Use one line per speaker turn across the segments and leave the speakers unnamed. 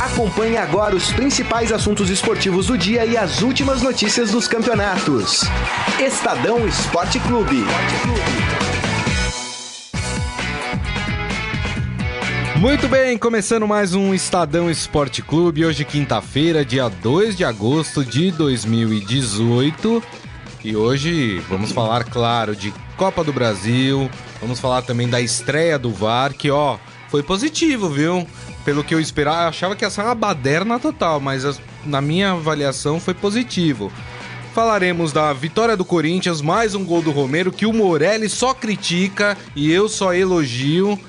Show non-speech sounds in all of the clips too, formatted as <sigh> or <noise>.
Acompanhe agora os principais assuntos esportivos do dia e as últimas notícias dos campeonatos. Estadão Esporte Clube.
Muito bem, começando mais um Estadão Esporte Clube, hoje quinta-feira, dia 2 de agosto de 2018. E hoje vamos falar, claro, de Copa do Brasil, vamos falar também da estreia do VAR, que ó, foi positivo, viu? Pelo que eu esperava, eu achava que ia ser uma baderna total, mas as- na minha avaliação foi positivo. Falaremos da vitória do Corinthians, mais um gol do Romero, que o Morelli só critica e eu só elogio.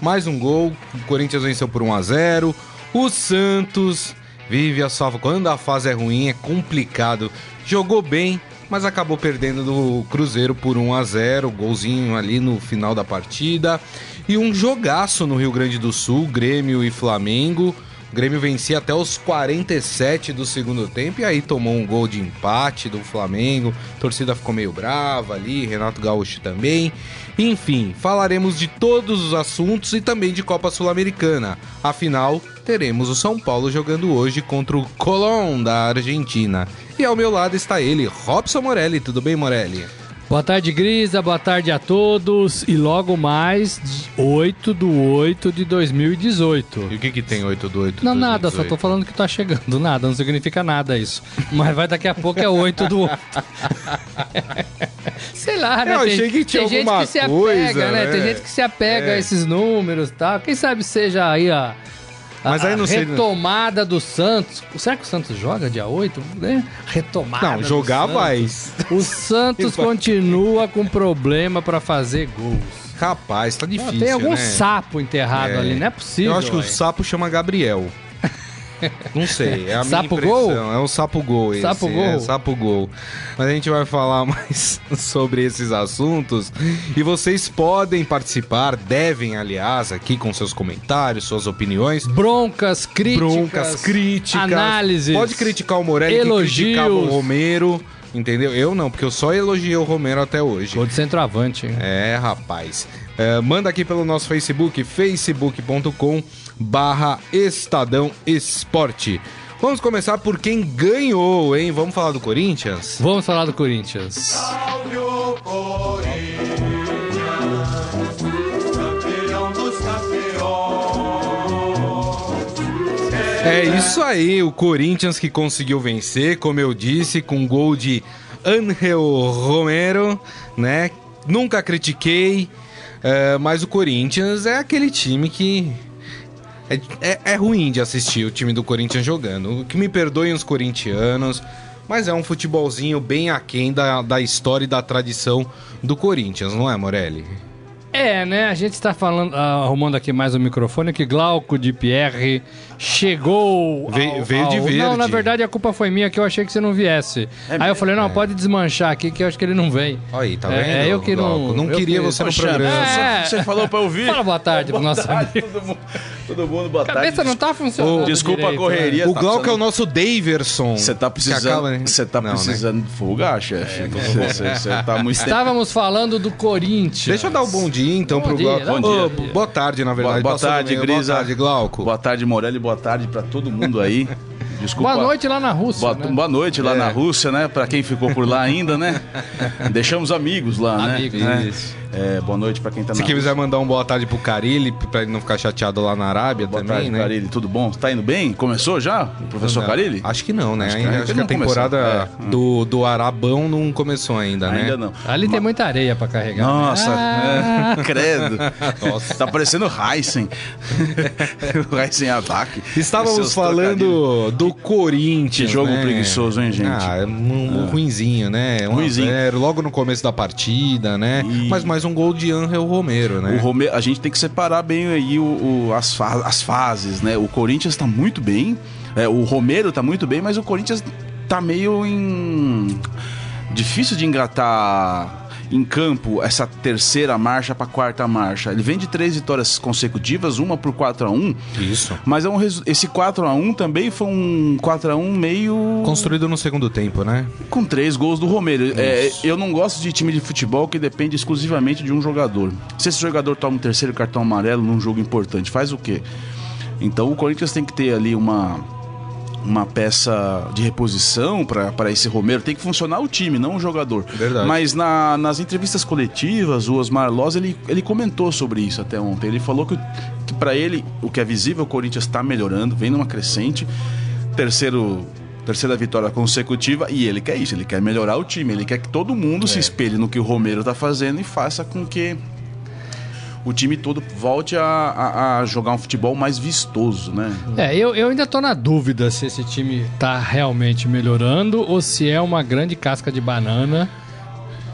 Mais um gol, o Corinthians venceu por 1 a 0 O Santos vive a salva. Quando a fase é ruim, é complicado. Jogou bem, mas acabou perdendo do Cruzeiro por 1 a 0 golzinho ali no final da partida. E um jogaço no Rio Grande do Sul, Grêmio e Flamengo. O Grêmio vencia até os 47 do segundo tempo e aí tomou um gol de empate do Flamengo. A torcida ficou meio brava ali, Renato Gaúcho também. Enfim, falaremos de todos os assuntos e também de Copa Sul-Americana. Afinal, teremos o São Paulo jogando hoje contra o Colón da Argentina. E ao meu lado está ele, Robson Morelli. Tudo bem, Morelli?
Boa tarde, Grisa. Boa tarde a todos. E logo mais, de 8 de 8 de 2018.
E o que, que tem 8 do 8
Não, nada, só tô falando que tá chegando. Nada, não significa nada isso. Mas vai daqui a pouco é 8 do 8. <laughs> Sei lá, né?
Eu achei que tinha
tem gente
alguma
que se
coisa,
apega, né?
né?
Tem gente que se apega
É.
a esses números e tal. Quem sabe seja aí a, a-
Mas aí
a
não sei- né?
retomada do Santos. Será que o Santos joga dia 8? Né? Retomada.
Não,
do
jogar
Santos.
vai. <laughs>
O Santos continua com problema pra fazer gols.
Rapaz, tá
Ah,
difícil,
Tem algum
né?
sapo enterrado
É.
ali, não é possível.
Eu acho que o
ué.
sapo chama Gabriel. Não sei, é a
Sapo
minha impressão.
gol?
É o sapo gol esse.
Sapo gol?
É sapo gol. Mas a gente vai falar <laughs> mais sobre esses assuntos. E vocês podem participar, devem, aliás, aqui com seus comentários, suas opiniões.
Broncas, críticas.
broncas, críticas.
análises.
Pode criticar o Morelli, elogios.
elogios.
que criticava o Romero. Entendeu? Eu não, porque eu só elogiei o Romero até hoje.
Gol de centroavante. hein?
É, rapaz. É, manda aqui pelo nosso Facebook, facebook.com barra Estadão Esporte. Vamos começar por quem ganhou, hein? Vamos falar do Corinthians?
Vamos falar do Corinthians.
É isso aí, o Corinthians que conseguiu vencer, como eu disse, com gol de Angel Romero, né? Nunca critiquei, é, mas o Corinthians é aquele time que É, é- é ruim de assistir o time do Corinthians jogando. O Que me perdoem os corintianos, mas é um futebolzinho bem aquém da, da história e da tradição do Corinthians, não é, Morelli?
É, né? A gente está falando, ah, arrumando aqui mais o microfone que Glauco de Pierre chegou.
Ve-
ao-
veio de
ao-
verde. É
Não, na verdade a culpa foi minha que eu achei que você não viesse. Aí eu falei, não, pode desmanchar aqui que eu acho que ele não vem.
Aí, tá
É,
vendo?
é eu que não-
Glauco? Não
eu
queria
que-
você no
Poxa,
programa.
é.
Você falou pra ouvir?
Fala boa tarde pro nosso amigo.
todo mundo. Todo mundo, boa
A cabeça não tá
tarde.
funcionando.
Desculpa
direito, né?
a correria.
O
tá
Glauco é o
precisando-
nosso Daverson.
Você tá
que acaba, né?
precisando. Você tá
Não, né? É,
precisando folgar, chefe. Você você tá muito.
né? Estávamos falando do Corinthians.
Deixa eu dar o bom dia, então,
Bom
pro
dia,
Glauco.
dá
um bom
Ô,
dia.
boa tarde, na verdade.
Boa, boa
passou do
tarde,
meio.
Grisa.
Boa tarde, Glauco.
Boa tarde, Morelli. Boa tarde pra todo mundo aí. Desculpa.
Boa noite lá na Rússia.
Boa,
né?
boa noite
É.
lá na Rússia, né? Pra quem ficou por lá
<laughs>
ainda, né? Deixamos amigos lá,
Amigos,
né?
isso.
É, boa noite pra quem tá
Se
na
quiser mandar um boa tarde pro Carilli, pra ele não ficar chateado lá na Arábia
Boa
também,
tarde,
né?
Carilli. Tudo bom? Tá indo bem? Começou já, o professor
Não,
Carilli?
Acho que não, né?
Acho que
ainda,
ainda
acho que a
não começou. É.
temporada do, do Arabão não começou ainda, né?
Ainda não.
Ali tem muita areia pra carregar. né?
Nossa,
Ah,
é, <laughs> credo.
Nossa.
Tá parecendo o Heisen. <laughs> o Heisen Abac.
Estávamos
Seus trocadilhos.
falando do
Que
Corinthians.
jogo
né?
preguiçoso, hein, gente?
Ah, é um, um ruinzinho, né? Um
Ruinzinho.
a zero, logo no começo da partida, né?
E-
Mas mais um gol de Angel Romero, né?
O Romero, a gente tem que separar bem aí o, o- as, fa- as fases, né? O Corinthians tá muito bem, é, o Romero tá muito bem, mas o Corinthians tá meio em. difícil de engatar em campo essa terceira marcha pra quarta marcha. Ele vem de três vitórias consecutivas, uma por 4 a 1
Isso.
mas é um resu- esse 4 a 1 também foi um 4 a 1 meio
Construído no segundo tempo, né?
Com três gols do Romero. É,
Isso.
eu não gosto de time de futebol que depende exclusivamente de um jogador. Se esse jogador toma um terceiro cartão amarelo num jogo importante, faz o quê? Então o Corinthians tem que ter ali uma uma peça de reposição para esse Romero. Tem que funcionar o time, não o jogador.
Verdade.
Mas na- nas entrevistas coletivas, o Osmar Loz, ele, ele comentou sobre isso até ontem. Ele falou que, que para ele, o que é visível, o Corinthians está melhorando, vem numa crescente. Terceiro... Terceira vitória consecutiva e ele quer isso, ele quer melhorar o time, ele quer que todo mundo se espelhe no que o Romero tá fazendo e faça com que o time todo volte a, a- a jogar um futebol mais vistoso, né?
É, eu, eu ainda tô na dúvida se esse time tá realmente melhorando ou se é uma grande casca de banana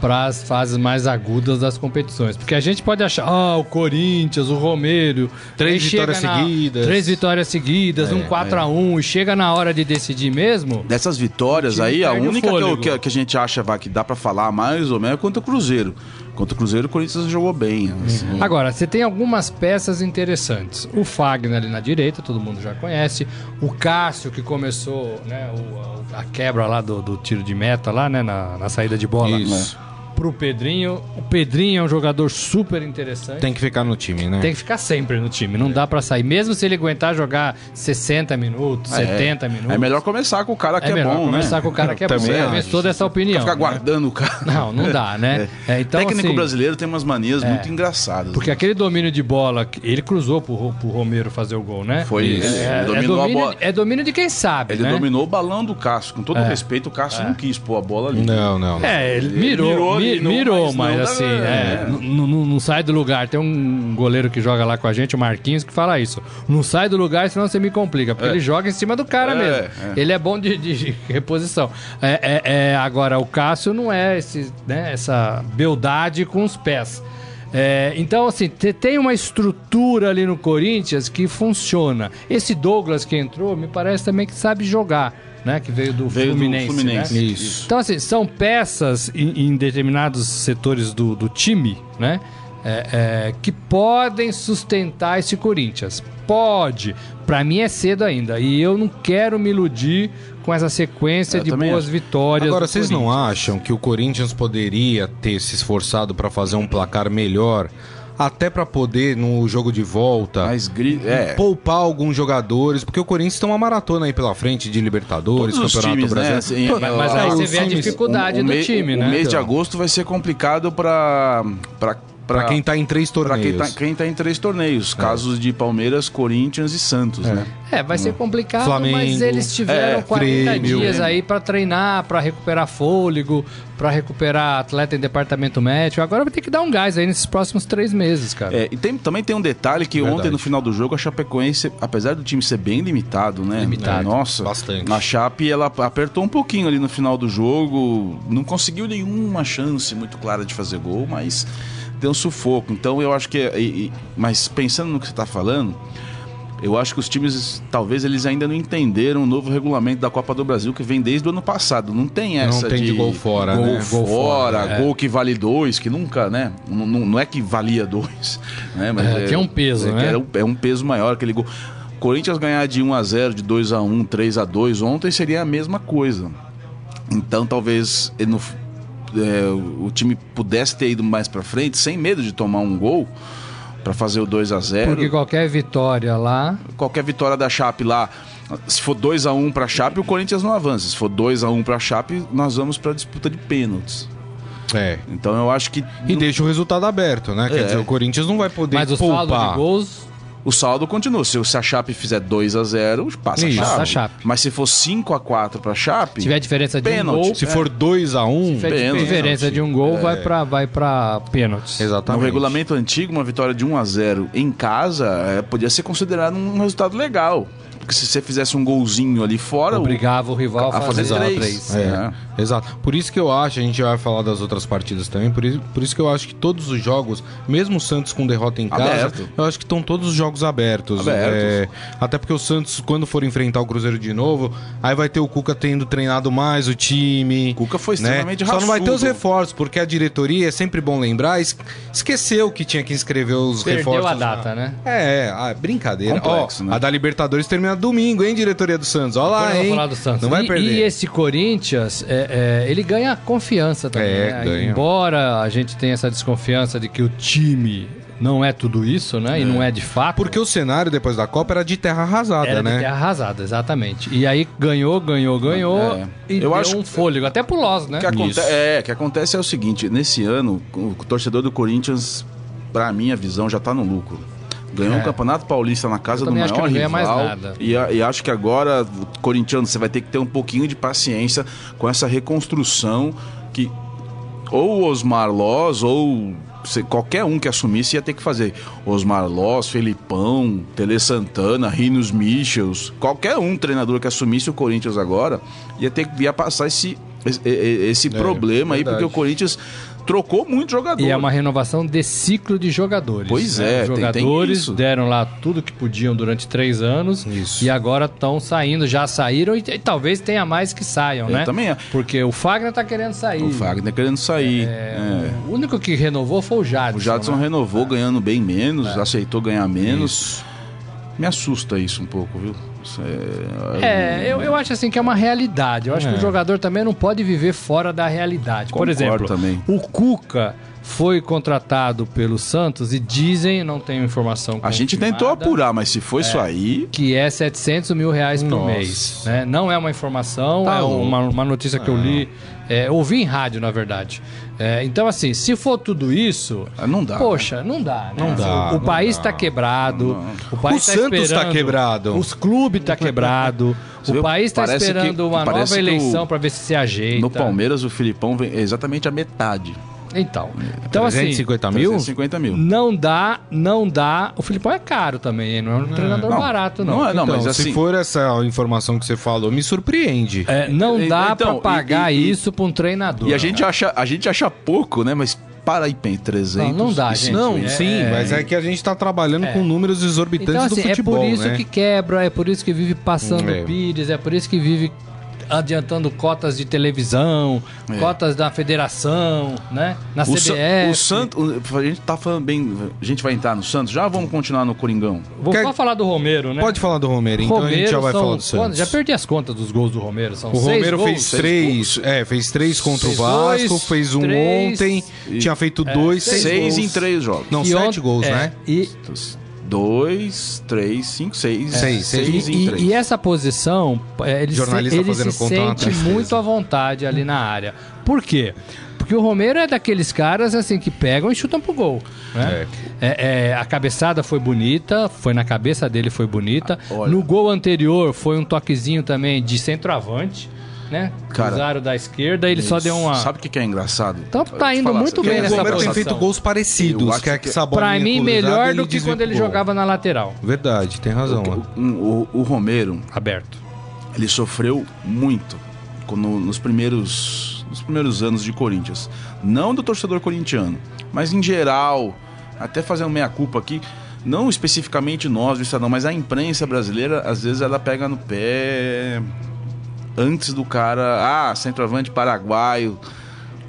para as fases mais agudas das competições. Porque a gente pode achar, ah, o Corinthians, o Romero.
Três
aí chega
vitórias seguidas.
Três vitórias seguidas, um 4x1, e chega na hora de decidir mesmo.
Dessas vitórias aí, a
perde o
única que, eu-
fôlego.
que, que a gente acha vá, que dá pra falar mais ou menos é contra o Cruzeiro. Contra o Cruzeiro, o Corinthians jogou bem.
Uhum.
assim.
Agora, você tem algumas peças interessantes. O Fagner ali na direita, todo mundo já conhece. O Cássio, que começou né, o- a, a quebra lá do, do tiro de meta, lá, né, na, na saída de
né?
bola. Né,
Isso.
Pro Pedrinho. O Pedrinho é um jogador super interessante. Tem,
Tem que ficar no time, né?
que ficar sempre no time, não dá pra sair. Mesmo se ele aguentar jogar 60 minutos, 70 minutos.
É melhor começar com o cara que
é
é,
melhor
bom,
começar
né?
com o cara que é bom.
Também
Eu
acho.
conheço toda essa opinião.
Ficar
né?
guardando o cara.
<laughs> Não, não dá,
<laughs>
né? É, então,
Técnico
assim, É.
brasileiro tem umas manias muito engraçadas. né?
Porque aquele domínio de bola, que ele cruzou pro, Ro- pro Romero fazer o gol, né?
Foi isso.
É, é
Ele dominou a
domínio,
bola.
é domínio de quem sabe,
Ele
né?
dominou o balão do Cássio. Com todo respeito, o Cássio não quis pôr a bola ali.
Não, não.
É, ele mirou,
mirou
mi-
ali, não,
mirou,
mas
mas,
não dá-
assim, é,
é.
n- n- n- não sai do lugar. Tem um goleiro que joga lá com a gente, o Marquinhos, que fala isso. Não sai do lugar, senão você me complica. Porque ele joga em cima do cara
É,
mesmo.
é.
Ele é bom de, de <laughs> reposição. É, é, é, agora, o Cássio não é esse, né, essa beldade com os pés. É, então, assim, te- tem uma estrutura ali no Corinthians que funciona. Esse Douglas que entrou, me parece também que sabe jogar, né? Que veio do
Veio
Fluminense.
do Fluminense.
né?
Isso.
Então, assim, são peças em, em determinados setores do, do time, né? é, é, que podem sustentar esse Corinthians. Pode. Pra mim é cedo ainda. E eu não quero me iludir com essa sequência
Eu
de
também
boas
acho.
vitórias.
Agora,
do
vocês não
Corinthians.
acham que o Corinthians poderia ter se esforçado pra fazer um placar melhor, até pra poder no jogo de volta
Mas gri... é.
poupar alguns jogadores, porque o Corinthians tem uma maratona aí pela frente de Libertadores,
Todos os
Campeonato
times, né?
Brasileiro.
Assim,
Todo-
é,
Mas
Ah,
aí você
os
vê a
times-
dificuldade
o- o
do
mei-
time,
o
né?
mês de
Então,
agosto vai ser complicado para
Pra quem tá em três
Pra quem
torneios. É.
tá, quem tá em três torneios, casos de Palmeiras, Corinthians e Santos, né?
É, vai ser complicado,
Flamengo,
mas eles tiveram
é,
40
Grêmio.
dias aí pra treinar, pra recuperar fôlego, pra recuperar atleta em departamento médico. Agora vai ter que dar um gás aí nesses próximos três meses, cara.
É, e tem- também tem um detalhe que
Verdade.
ontem no final do jogo a Chapecoense, apesar do time ser bem limitado, né?
Limitado,
Nossa,
bastante.
A Chape ela apertou um pouquinho ali no final do jogo, não conseguiu nenhuma chance muito clara de fazer gol, mas deu um sufoco. Então eu acho que, e- e- mas pensando no que você está falando, eu acho que os times, talvez eles ainda não entenderam o novo regulamento da Copa do Brasil que vem desde o ano passado. Não tem essa
tem de gol fora,
gol
né?
Fora,
Gol fora, é.
gol que vale dois, que nunca, né? Não, não- não é que valia dois, <laughs> né? Mas
É, que é um peso,
é, que
né?
era um- é um peso maior aquele gol. Corinthians ganhar de 1 a 0, de 2 a 1, 3 a 2 ontem seria a mesma coisa. Então talvez ele não- é, o time pudesse ter ido mais pra frente sem medo de tomar um gol pra fazer o 2 a
é,
0.
Porque qualquer vitória lá.
qualquer vitória da Chape lá, se for 2 a 1 para Chape, o Corinthians não avança. Se for 2 a 1 para Chape, nós vamos para disputa de pênaltis.
É.
Então eu acho que
E deixa o resultado aberto, né?
É.
Quer dizer, o Corinthians não vai poder
Mas o saldo de
poupar.
gols.
o saldo continua. Se, se a Chape fizer 2 a 0, passa
Isso.
a Chape.
Passa a Chape.
Mas se for 5 a 4 para Chape,
Se tiver diferença de
Pênalti.
um gol.
Se for 2 a 1 um,
tiver
pênalti.
diferença de um gol, vai pra, vai pra pênaltis.
exatamente.
no regulamento antigo, uma vitória de 1 a 0 em casa é, podia ser considerado um resultado legal. Porque se você fizesse um golzinho ali fora, o
Obrigava o rival a fazer
fazer três.
3.
Né?
É, exato. Por isso que eu acho, a gente vai falar das outras partidas também, por isso, por isso que eu acho que todos os jogos, mesmo o Santos com derrota em casa,
Aberto.
eu acho que estão todos os jogos abertos.
Abertos.
É, até porque o Santos, quando for enfrentar o Cruzeiro de novo, aí vai ter o Cuca tendo treinado mais o time.
Cuca foi
né?
extremamente
Só não vai ter os
raçudo.
reforços, porque a diretoria, é sempre bom lembrar, es- esqueceu que tinha que inscrever os reforços.
Perdeu a
na-
data, né?
É, ah, brincadeira.
Complexo,
Ó,
né?
A da Libertadores termina domingo, hein, diretoria do Santos? Olha
Agora eu
lá,
vou
hein?
falar do Santos.
Não vai
e,
perder.
e esse Corinthians, é, é, ele ganha confiança também.
É,
né?
ganha.
Embora a gente tenha essa desconfiança de que o time não é tudo isso, né? E não é de fato.
Porque o cenário depois da Copa era de terra arrasada,
Era de
né?
terra arrasada, exatamente. E aí ganhou, ganhou, ganhou
É.
e
Eu
deu
acho
um fôlego. Até pro Loz, né?
O que, aconte-
Isso.
é, o que acontece é o seguinte: nesse ano, o torcedor do Corinthians, pra minha visão, já tá no lucro. Ganhou o
É.
Campeonato Paulista na casa
Eu
do
também
maior
acho que não ganha
rival.
mais nada.
E, a- e acho que agora, corintiano, você vai ter que ter um pouquinho de paciência com essa reconstrução que ou o Osmar Loz ou se- qualquer um que assumisse ia ter que fazer. Osmar Loz, Felipão, Tele Santana, Rinos Michels, qualquer um treinador que assumisse o Corinthians agora ia ter que ia passar esse esse, e- e- esse problema aí
verdade.
porque o Corinthians trocou muito jogador.
E é uma renovação de ciclo de jogadores. Né?
Pois é,
Os
tem- tem
jogadores
isso.
deram lá tudo que podiam durante três anos
Isso.
e agora estão saindo, já saíram e, e talvez tenha mais que saiam,
Eu
né?
também é.
Porque o Fagner tá querendo sair.
O Fagner querendo sair. É.
O único que renovou foi o Jadson.
O Jadson
né?
renovou ganhando bem menos,
É.
aceitou ganhar menos. Me assusta isso um pouco, viu? Isso é-
É, eu, eu acho assim que é uma realidade. Eu acho que o jogador também não pode viver fora da realidade. Por
Concordo
exemplo,
também.
o Cuca foi contratado pelo Santos e dizem, não tenho informação
A gente
confirmada,
tentou apurar, mas se foi isso aí,
que é 700 mil reais por
Nossa.
mês. né? Não é uma informação,
Tá
é
louco.
uma, uma notícia que eu li, é, ouvi em rádio, na verdade. É, então, assim, se for tudo isso,
não dá.
Poxa, não dá, né?
Não dá,
O, o
não
país
dá.
está quebrado. O,
O
país tá
Santos tá
esperando,
quebrado.
Os clubes tá quebrado.
Você
o
viu?
país está
Parece
esperando
que-
uma
parece
nova
que o-
eleição para ver se se ajeita.
No Palmeiras, o Filipão vem exatamente a metade.
Então, então assim,
350 mil?
350 mil.
não dá, não dá. O Filipão é caro também, hein? não é um treinador
Não,
barato não.
não é, não.
Então,
mas
se
assim-
for essa informação que você falou, me surpreende.
É, não
E-
dá
então,
pra pagar
e- e-
isso pra um treinador.
E a gente, acha, a gente acha pouco, né? Mas para aí, Pen, 300.
Não, não dá,
e
gente.
100
Não,
mil.
sim,
é.
mas é que a gente tá trabalhando com números exorbitantes
Então, assim,
do futebol,
é por isso
né?
que quebra, é por isso que vive passando
É.
pires, é por isso que vive adiantando cotas de televisão,
É.
cotas da federação, né? Na
O,
CBF.
Sa- o Santos, a gente tá falando bem, a gente vai entrar no Santos, já vamos continuar no Coringão.
Vou
Quer-
só falar do Romero, né?
Pode falar do Romero, então a gente já vai
são
falar do Santos.
quantos? Já perdi as contas dos gols do Romero, são
O
seis
Romero
gols?
fez três, é, fez três contra o
Fez
Vasco,
dois,
fez um
três, é,
ontem, tinha feito dois, seis,
Seis,
gols.
em três jogos.
Não,
E
sete
ontem-
gols,
é,
né?
E,
Dois, três, cinco, seis.
É,
Seis,
seis,
E,
em
e-
três.
e é, essa posição, é, ele
Jornalista
se, ele
fazendo
se
conta é uma
sente
tristeza.
muito à vontade ali na área. Por quê? Porque o Romero é daqueles caras assim que pegam e chutam pro gol. né? É, é, a cabeçada foi bonita, foi na cabeça dele foi bonita.
Olha.
No gol anterior foi um toquezinho também de centroavante, né?
Cara,
Cruzaram da esquerda, ele só deu uma.
Sabe o que que é engraçado?
Então
Eu
tá
vou te
indo muito
sabe o
bem
que é
O
nessa
engraçado?
Romero tem
posição.
feito gols
Eu
parecidos,
acho
que é
que-
que essa bolinha
Pra mim,
cruzada,
melhor do que
desvia
quando
pro
ele
gol.
jogava na lateral,
Verdade, tem razão. ó.
O- o- o Romero,
aberto.
ele sofreu muito quando- nos primeiros nos primeiros anos de Corinthians. Não do torcedor corintiano, mas em geral, até fazer uma meia-culpa aqui, não especificamente nós do Estadão, mas a imprensa brasileira, às vezes ela pega no pé antes do cara, ah, centroavante paraguaio,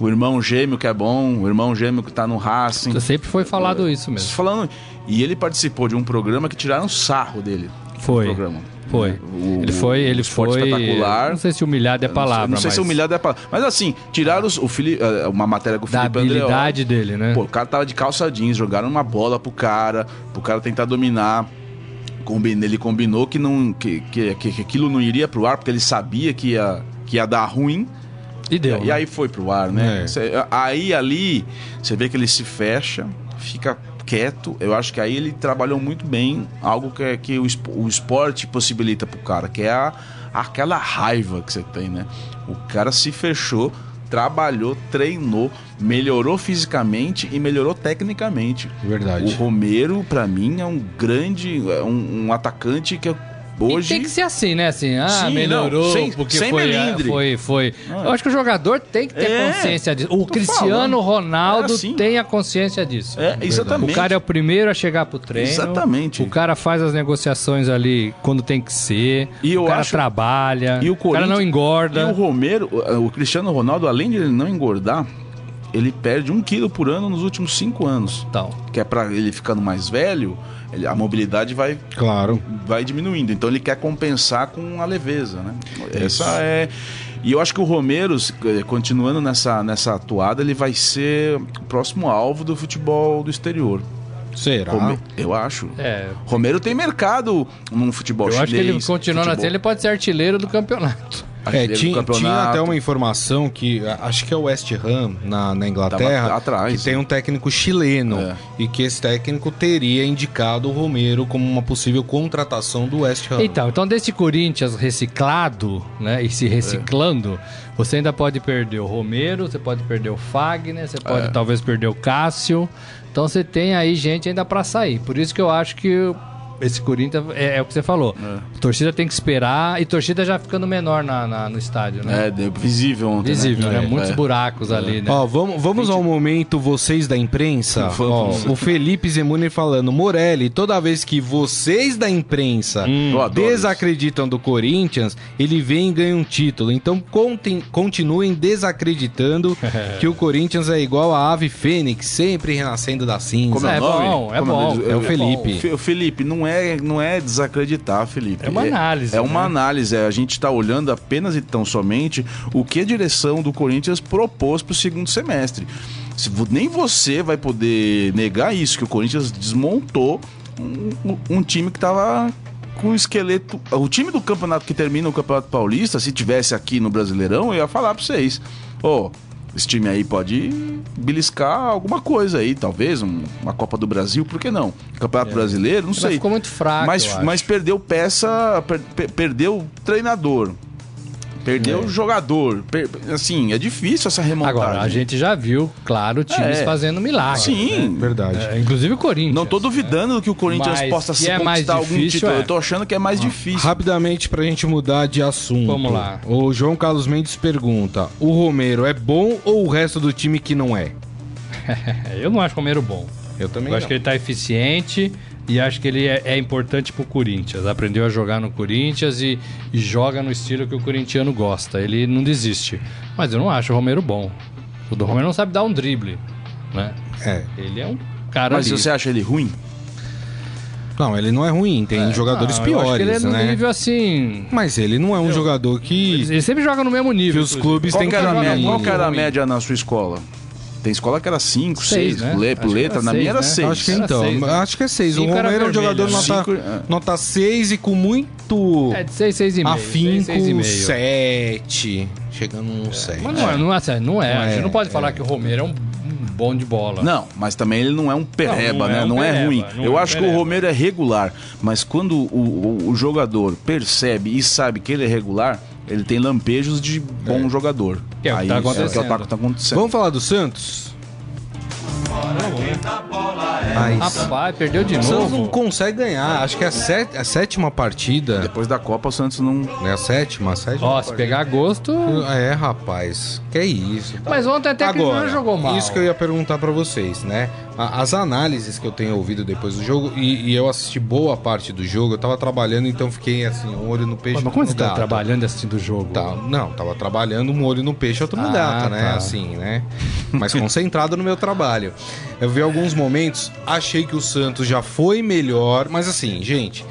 o irmão gêmeo que é bom, o irmão gêmeo que tá no Racing.
Sempre foi falado isso
Vocês
mesmo.
Falando, e ele participou de um programa que tiraram sarro dele.
Foi.
No programa. É,
Foi.
O-
ele foi, ele
esporte
foi.
espetacular.
Não sei se humilhado é a palavra,
Não sei se
mas
humilhado é a palavra. Mas assim, tiraram os- o Fili- eh, uma matéria com o
da
Felipe Andreoli.
habilidade dele, né?
Pô, o cara tava de calça jeans, jogaram uma bola pro cara, pro cara tentar dominar. Combina- ele combinou que, não, que, que, que- que aquilo não iria pro ar, porque ele sabia que ia, que ia dar ruim.
e deu.
E, e aí foi pro ar, né?
É.
Cê- aí ali, você vê que ele se fecha, fica quieto. Eu acho que aí ele trabalhou muito bem algo que, é- que o, espo- o esporte possibilita pro cara, que é a- aquela raiva que você tem, né? O cara se fechou, trabalhou, treinou, melhorou fisicamente e melhorou tecnicamente. O
Verdade.
Romero, pra mim, é um grande, é um, um atacante que eu- hoje.
E tem que ser assim, né? Assim, ah,
Sim, não,
melhorou,
sem-
porque
sem
foi,
melindre.
foi, foi.
Ah.
Eu acho que o jogador tem que ter
É,
consciência disso. O
tô
Cristiano
falando.
Ronaldo
É assim.
tem a consciência disso.
É, exatamente.
O cara é o primeiro a chegar pro treino.
Exatamente.
O cara faz as negociações ali quando tem que ser.
E eu
o cara
acho-
trabalha.
E o
É. cara
Corinthians-
não engorda.
E o Romero, o- o Cristiano Ronaldo, além de ele não engordar, ele perde um quilo por ano nos últimos cinco anos.
Então,
Que é pra ele ficando mais velho, ele- a mobilidade vai,
Claro.
vai diminuindo. Então ele quer compensar com a leveza, né? Essa é. E eu acho que o Romero, s- eh, continuando nessa, nessa atuada, ele vai ser o próximo alvo do futebol do exterior.
Será?
Rome- Eu acho.
Tá. É.
Romero tem mercado num futebol
Eu
chinês.
acho que ele continuando
futebol-
assim, ele pode ser artilheiro do campeonato.
É,
artilheiro do
tinha,
um campeonato.
tinha até uma informação que a- acho que é o West Ham na, na Inglaterra
Tava atrás,
que tem um técnico chileno
É.
e que esse técnico teria indicado o Romero como uma possível contratação do West
Ah.
Ham.
Então, então desse Corinthians reciclado, né, e se reciclando, você ainda pode perder o Romero, você pode perder o Fagner, você pode
É.
talvez perder o Cássio. Então você tem aí gente ainda pra sair. Por isso que eu acho que esse Corinthians é, é o que você falou. A torcida tem que esperar e torcida já ficando menor na- na- no estádio, né?
É, deu- visível ontem.
Visível,
né?
né? Muitos
É.
buracos ali, né?
Ó, vamos, vamos ao momento, vocês da imprensa.
Vamos.
Ó, o Felipe Zemuni falando, Morelli, toda vez que vocês da imprensa
Hum.
Eu adoro isso.
desacreditam do Corinthians, ele vem e ganha um título. Então contem- continuem desacreditando
<laughs>
que o Corinthians é igual a ave fênix, sempre renascendo da cinza.
Como é,
É
o nome?
bom, é
Como
bom.
nome?
É o Felipe.
Fe- Felipe, não é, não é desacreditar, Felipe.
É uma análise,
É, uma
né?
análise. é, a gente está olhando apenas e tão somente o que a direção do Corinthians propôs para o segundo semestre. Se vo- nem você vai poder negar isso, que o Corinthians desmontou um, um time que estava com o esqueleto. O time do campeonato que termina o Campeonato Paulista, se tivesse aqui no Brasileirão, eu ia falar para vocês: ô. esse time aí pode beliscar alguma coisa aí, talvez um- uma Copa do Brasil, por que não? Campeonato Brasileiro, não
É. Mas
sei.
ficou muito fraco, eu
Mas,
acho.
mas perdeu peça, per- per- perdeu treinador, perdeu jogador. per- assim, é difícil essa remontagem.
É. Agora, a gente já viu, claro, times
É.
fazendo milagre.
Sim.
Verdade.
É, inclusive o Corinthians.
Não tô duvidando que o Corinthians
Mas
possa
que
se
é mais
conquistar algum
difícil,
título.
é.
Eu tô achando que é mais difícil.
Rapidamente, pra gente mudar de assunto.
Vamos lá.
O João Carlos Mendes pergunta: o Romero é bom ou o resto do time que não é?
É, eu não acho o Romero bom.
Eu também
Eu acho que ele tá eficiente e acho que ele é, é importante pro Corinthians. Aprendeu a jogar no Corinthians e, e joga no estilo que o corintiano gosta. Ele não desiste. Mas eu não acho o Romero bom. O do Romero não sabe dar um drible, né?
É.
Ele é um cara
Mas
ali.
você acha ele ruim?
Não, ele não é ruim, tem jogadores
Não, eu acho que
piores,
ele é no
né?
nível assim...
Mas ele não é um jogador que,
Ele sempre joga no mesmo nível.
que os
inclusive.
clubes
Qual
têm
que
que
era, a
jogar
média,
punir.
qual que era a
ruim.
média na sua escola? Tem escola que era 5,
Seis,
6,
né? Acho que
letra.
era
Na minha era
seis, né?
6.
Acho que
Era
então,
seis, né?
acho que é 6. O
Cinco era
Romero é um
vermelho,
jogador
né?
nota,
Cinco, é.
nota 6 e com muito
É, de 6, 6,5.
afinco,
6,5.
7. Chegando um num 7.
Mas não é, não é, assim, não é.
Não
a gente
é,
não pode
é.
falar que o Romero é um, um bom de bola.
Não, mas também ele não é um
Não,
pereba,
não é
né?
um
não é
pereba,
ruim.
não
Eu
é um
acho que o
pereba.
Romero é regular, mas quando o, o- o jogador percebe e sabe que ele é regular, ele tem lampejos de bom jogador.
Que é o que tá
é o que
acontecendo.
tá- tá acontecendo.
Vamos falar do Santos?
Tá Rapaz, perdeu de
O Santos não
É. Ah, novo.
consegue ganhar. Acho que é a, sé- a sétima partida.
Depois da Copa, o Santos não.
Né? A sétima, a sétima.
Ó, se pegar gosto.
É, rapaz. Que isso. tá?
Mas ontem até que ele não jogou mal.
Isso que eu ia perguntar pra vocês, né? A- As análises que eu tenho ouvido depois do jogo, e, e eu assisti boa parte do jogo, eu tava trabalhando, então fiquei assim, um olho no peixe.
Pô, Mas
outro
como você
no
tá
gato.
trabalhando e assistindo o jogo?
Tá, não, tava trabalhando um olho no peixe, outro no
Ah,
gato, né?
tá.
Assim, né? Mas concentrado no meu trabalho. Eu vi alguns momentos, achei que o Santos já foi melhor, mas assim, gente,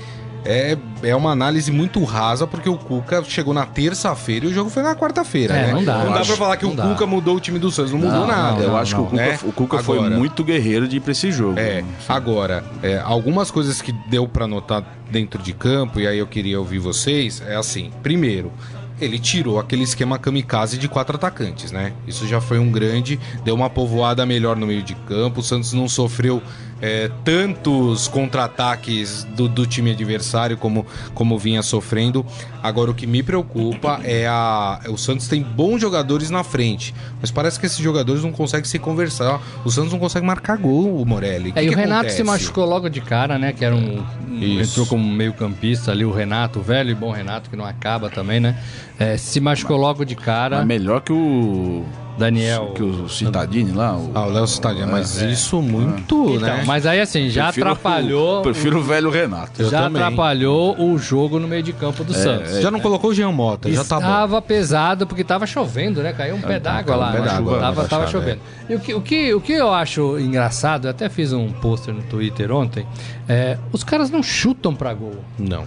é, é uma análise muito rasa, porque o Cuca chegou na terça-feira e o jogo foi na quarta-feira,
É,
né?
não
Não
dá, eu
dá pra
acho.
falar que o
Não dá.
Cuca mudou o time do Santos, não mudou
Não,
nada.
Ah,
eu
não, É,
acho que o Cuca,
né?
o Cuca foi
Agora.
muito guerreiro de ir pra esse jogo.
É, agora, é, algumas coisas que deu pra notar dentro de campo, e aí eu queria ouvir vocês, é assim, primeiro, ele tirou aquele esquema kamikaze de quatro atacantes, né? Isso já foi um grande, deu uma povoada melhor no meio de campo, o Santos não sofreu é, tantos contra-ataques do, do time adversário como, como vinha sofrendo. Agora, o que me preocupa é a... O Santos tem bons jogadores na frente, mas parece que esses jogadores não conseguem se conversar. O Santos não consegue marcar gol, o Morelli.
É,
Que
e o
que
Renato se
acontece?
machucou logo de cara, né? Que era um. um-
Isso.
entrou como meio-campista ali, o Renato, o velho e bom Renato, que não acaba também, né? É, se machucou logo de cara.
Mas melhor que o.
Daniel.
Que o Citadini lá. o-
Ah, o Léo Cittadini, mas
é.
isso muito,
Então,
né?
Mas aí assim, já
Prefiro o-
atrapalhou.
Prefiro o velho Renato.
Eu
já
também. É.
atrapalhou o jogo no meio de campo do Santos.
É,
já não colocou o Jean Mota,
Então
já tá bom.
Estava pesado, porque estava chovendo, né? Caiu um pé d'água
caiu um
lá.
pé
na
d'água
chuva.
lá na
Tava, tava
Baixada,
chovendo.
é.
E o que, o, que, o que eu acho engraçado, eu até fiz um pôster no Twitter ontem, é, os caras não chutam pra gol.
Não.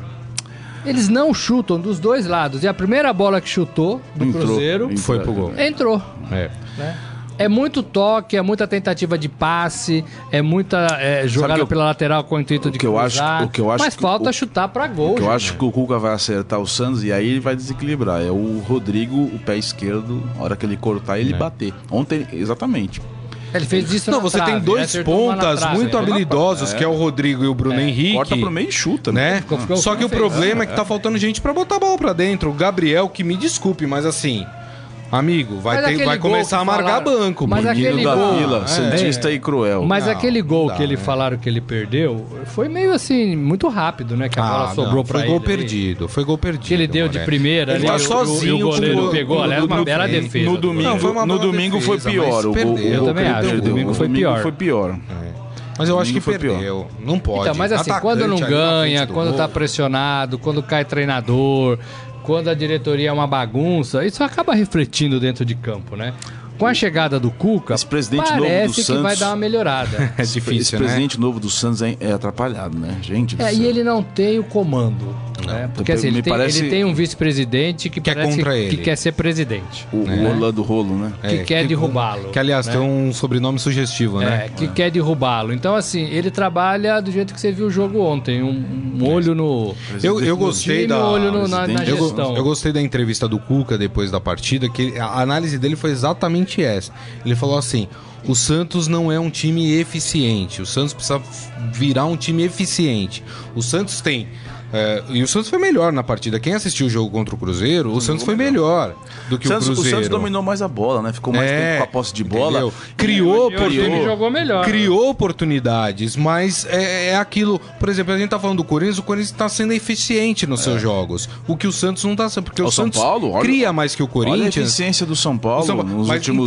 Eles não chutam dos dois lados. E a primeira bola que chutou do
Entrou.
Cruzeiro
Entrou.
Foi pro gol.
entrou.
É.
né? É muito toque, é muita tentativa de passe, é muita é, jogada
que eu-
pela lateral com o intuito
o
de
que eu acho-
cruzar,
o que eu acho
Mas
que-
falta
o-
chutar pra gol.
O que eu
gente.
acho
né?
que o Cuca vai acertar o Santos e aí ele vai desequilibrar. É o Rodrigo, o pé esquerdo, a hora que ele cortar, ele bater. Ontem, exatamente.
Ele fez isso
Não,
na
você
trave,
tem
né?
dois
Acertou uma na
pontas
trave,
muito
né?
habilidosos,
É.
que é o Rodrigo e o Bruno Henrique.
Corta pro meio e chuta.
né?
Ficou- ficou-
Só que o
ficou feio.
problema é que tá faltando gente pra botar a bola pra dentro. O Gabriel, que me desculpe, mas assim, amigo, vai,
Mas
ter-
aquele
vai
gol
começar
que
a marcar
falaram-
banco.
Mas
pô.
Menino
aquele
da
gol-
Vila,
é.
Santista e cruel.
Mas
Não,
aquele gol
não dá,
que ele
né?
falaram que ele perdeu foi meio assim, muito rápido, né? Que a bola
Ah,
sobrou
não,
pra
foi
ele.
gol
ali.
perdido, foi gol perdido.
Que ele deu de
Moré.
primeira,
Ele
ali,
tá
o- o-
sozinho
E o goleiro
com o-
pegou,
no-
aliás, uma
no-
bela
no-
defesa.
No
do goleiro.
domingo,
Não, foi uma
no
boa
domingo
defesa,
foi pior.
mas
O,
perdeu.
o,
Eu
o
também
que ele
acho, o
perdeu.
domingo foi
O
pior.
foi pior. É,
Mas eu acho que
Domingo foi pior.
perdeu. Não pode.
Então, mas assim, quando não
Atacante ali na
ganha,
frente do
quando
gol.
tá pressionado, quando cai treinador, quando a diretoria é uma bagunça, isso acaba refletindo dentro de campo, né? Com a chegada do Cuca,
Esse presidente novo do
parece que
Santos-
vai dar uma melhorada.
É
Esse
difícil, né?
presidente novo do Santos é, é atrapalhado, né? Gente do
É, e
céu.
ele não tem o comando. né? Porque assim,
Me
ele tem,
parece-
ele tem um vice-presidente que,
Que é
parece
contra ele.
que quer ser presidente.
O, o Orlando Rolo, né?
que quer derrubá-lo,
Que, aliás, tem um sobrenome sugestivo, né?
É, que quer derrubá-lo. Então, assim, ele trabalha do jeito que você viu o jogo ontem. Um, um olho no.
Eu, eu gostei
time,
da.
um olho no- na, na
presidente.
Eu, go-
gestão.
eu gostei da entrevista do Cuca depois da partida, que a análise dele foi exatamente essa. Ele falou assim: o Santos não é um time eficiente, o Santos precisa f- virar um time eficiente. O Santos tem. eh, e o Santos foi melhor na partida. Quem assistiu o jogo contra o Cruzeiro, o Santos foi melhor do que
Santos-
o
o
Cruzeiro. É,
Santos dominou mais a bola, né? Ficou mais tempo com a posse de bola.
entendeu? Criou,
E o time
criou.
jogou melhor.
Criou oportunidades, mas é, é aquilo. Por exemplo, a gente tá falando do Corinthians, o Corinthians tá sendo eficiente nos seus jogos. O que o Santos não tá sendo. Porque
É. Ó,
o
São
Santos
Paulo, olha-
cria mais que o
Olha a
Corinthians.
eficiência do São Paulo,
O São Paulo-
nos
mas,
últimos.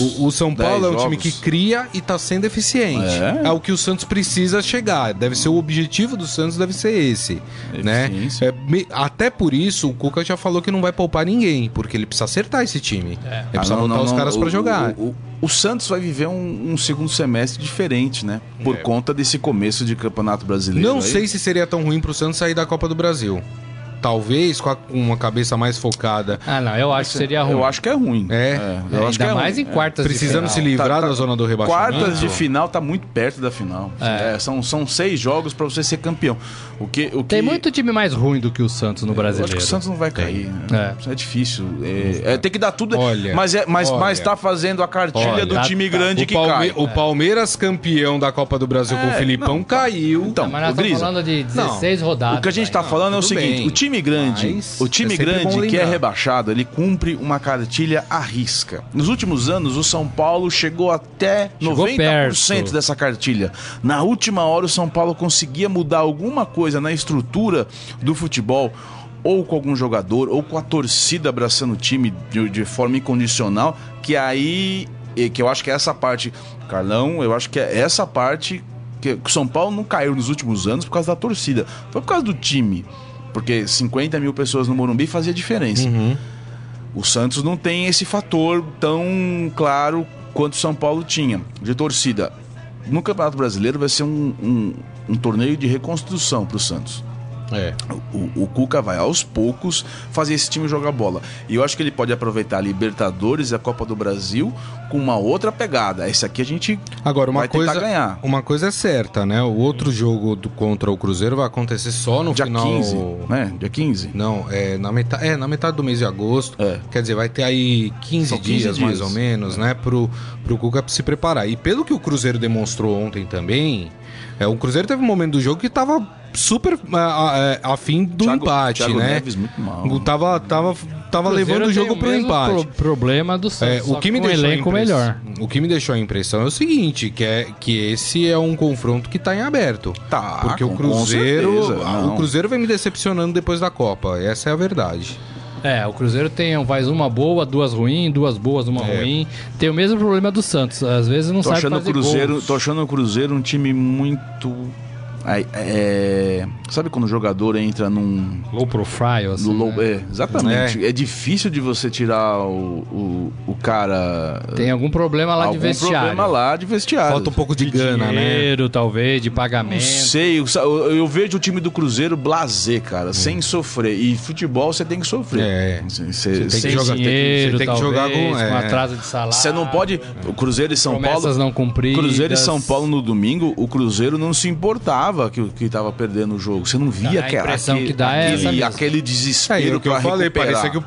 então, o, o São
10
Paulo é um time
jogos.
que cria e tá sendo eficiente.
É.
É. o que o Santos precisa chegar. Deve ser o objetivo do Santos, deve ser esse. Né?
Eficiência.
É, me- até por isso, o Cuca já falou que não vai poupar ninguém, porque ele precisa acertar esse time. Ele
Ah,
precisa
não,
botar
não,
os
não,
caras
o-
pra
o-
jogar.
O, o Santos vai viver um, um segundo semestre diferente, né? Por conta desse começo de Campeonato Brasileiro.
É. Não
aí.
sei se seria tão ruim pro Santos sair da Copa do Brasil. Talvez com a- com uma cabeça mais focada.
Ah, não, eu acho que seria ruim.
Eu acho que é ruim.
É.
eu
Ainda
acho que é
mais
ruim.
em quartas de
Precisamos se
final.
livrar
Tá, tá.
da zona do rebaixamento.
Quartas de final tá muito perto da final. É, são, são seis jogos pra você ser campeão. O que, o que
Tem muito time mais ruim do que o Santos no
Eu acho
brasileiro.
que o Santos não vai cair. né? É, difícil. É, é, tem que dar tudo.
Olha,
mas, é, mas,
olha.
mas tá fazendo a cartilha
Olha,
do
tá-
time
tá.
grande
o,
que
Palme-
cai. É,
o Palmeiras campeão da Copa do Brasil com o Filipão caiu.
Então,
Mas nós
ô,
estamos
Grisa,
falando de 16 rodadas.
O que a gente está
vai.
falando é o
tudo
seguinte:
bem,
o time grande,
mas
o time
é sempre bom
grande que é
lembrar.
rebaixado, ele cumpre uma cartilha à risca. Nos últimos anos, o São Paulo chegou até
Chegou
90%
perto.
dessa cartilha. Na última hora, o São Paulo conseguia mudar alguma coisa na estrutura do futebol. Ou com algum jogador, ou com a torcida abraçando o time de, de forma incondicional, que aí. e que eu acho que é essa parte. Carlão, eu acho que é essa parte que que o São Paulo não caiu nos últimos anos por causa da torcida. Foi por causa do time. Porque 50 mil pessoas no Morumbi fazia diferença.
Uhum.
O Santos não tem esse fator tão claro quanto o São Paulo tinha de torcida. No Campeonato Brasileiro vai ser um, um- um torneio de reconstrução para o Santos.
É.
O, o Cuca vai aos poucos fazer esse time jogar bola. E eu acho que ele pode aproveitar a Libertadores e a Copa do Brasil com uma outra pegada. Esse aqui a gente
Agora, uma
vai tentar
coisa,
ganhar.
uma coisa é certa, né? O outro jogo do- contra o Cruzeiro vai acontecer só no
Dia
final.
15, né? Dia 15.
Não, é na, metade, é na metade do mês de agosto.
É.
Quer dizer, vai ter aí 15,
São 15
dias, mais
dias. É.
ou menos, né? Pro, pro Cuca se preparar. E pelo que o Cruzeiro demonstrou ontem também, é, o Cruzeiro teve um momento do jogo que tava super ah, ah, é, afim do
Thiago-
empate,
Thiago
né?
Neves muito mal.
Tava, tava, tava levando o jogo pro
o mesmo
empate.
pro- problema do
É,
Santos.
o
só
que me
com um
deixou a
elenco
impressão-
melhor.
O que me deixou a impressão é o seguinte, que é que esse é um confronto que tá em aberto.
Tá,
Porque
com-
o
com
Cruzeiro,
certeza,
ah,
não.
o Cruzeiro vem me decepcionando depois da Copa. Essa é a verdade.
É, o Cruzeiro tem faz uma boa, duas ruins, duas boas, uma ruim. Tem o mesmo problema do Santos. Às vezes não
É. Tô
sabe
achando, o
fazer
Cruzeiro,
gols.
tô achando o Cruzeiro um time muito Aí, é, sabe quando o jogador entra num.
Low profile, assim.
no low-
né?
é, exatamente. É. difícil de você tirar o, o, o cara.
Tem algum problema lá de
algum
vestiário.
problema lá Ah, de vestiário.
Falta um pouco de, gana, né?
dinheiro, talvez, de
Não
pagamento.
sei, eu, eu- eu vejo o time do Cruzeiro blazer, cara, sem sofrer. E futebol você tem que sofrer.
É.
Você,
tem que
sem
jogar- tem que-
dinheiro,
você tem que jogar
talvez,
com- é.
atraso de salário.
você não pode. O Cruzeiro e São
promessas
Paulo.
não cumpridas.
Cruzeiro e São Paulo no domingo, o Cruzeiro não se importava que que estava perdendo o jogo. Você não via
A
aquela-
impressão
aquele,
que dá é essa
aquele,
mesmo.
aquele
É, e
desespero
o que eu
pra
falei,
recuperar.
parecia que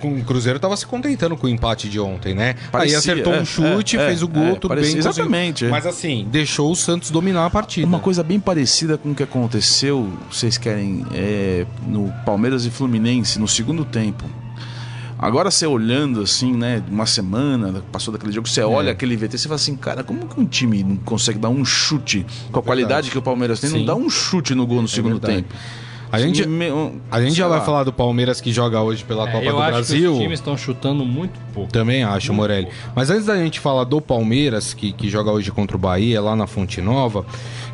o, o- o Cruzeiro tava se contentando com o empate de ontem, né? Aí
Parecia,
acertou
é,
um chute,
é,
fez o
é,
gol, tudo
parecia-
bem. conseguiu.
exatamente, é.
Mas assim, deixou o Santos dominar a partida.
Uma coisa bem parecida com o que aconteceu, vocês querem, é, no Palmeiras e Fluminense, no segundo tempo. Agora você olhando assim, né, uma semana, passou daquele jogo,
É.
você olha aquele VT, você fala assim, cara, como que um time não consegue dar um chute com a
É
qualidade que o Palmeiras tem?
Sim.
Não dá um chute no gol no segundo
verdade.
tempo.
A gente,
Me- um-
a gente
sei
já vai
lá.
falar do Palmeiras que joga hoje pela
É,
Copa
eu
do
acho que
Brasil.
os times estão chutando muito pouco.
Também acho, Morelli. Mas antes da gente falar do Palmeiras, que, que joga hoje contra o Bahia, lá na Fonte Nova,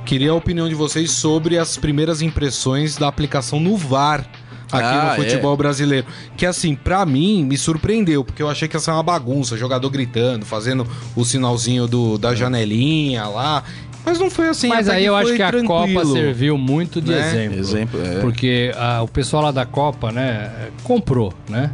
queria a opinião de vocês sobre as primeiras impressões da aplicação no VAR aqui
Ah,
no futebol brasileiro. Que assim, pra mim, me surpreendeu, porque eu achei que ia ser uma bagunça, jogador gritando, fazendo o sinalzinho do, da janelinha lá. Mas não foi assim.
Mas
até
aí eu acho
foi
que a Copa
tranquilo.
serviu muito de
né?
exemplo.
Exemplo, é.
Porque ah, o pessoal lá da Copa, né, comprou, né?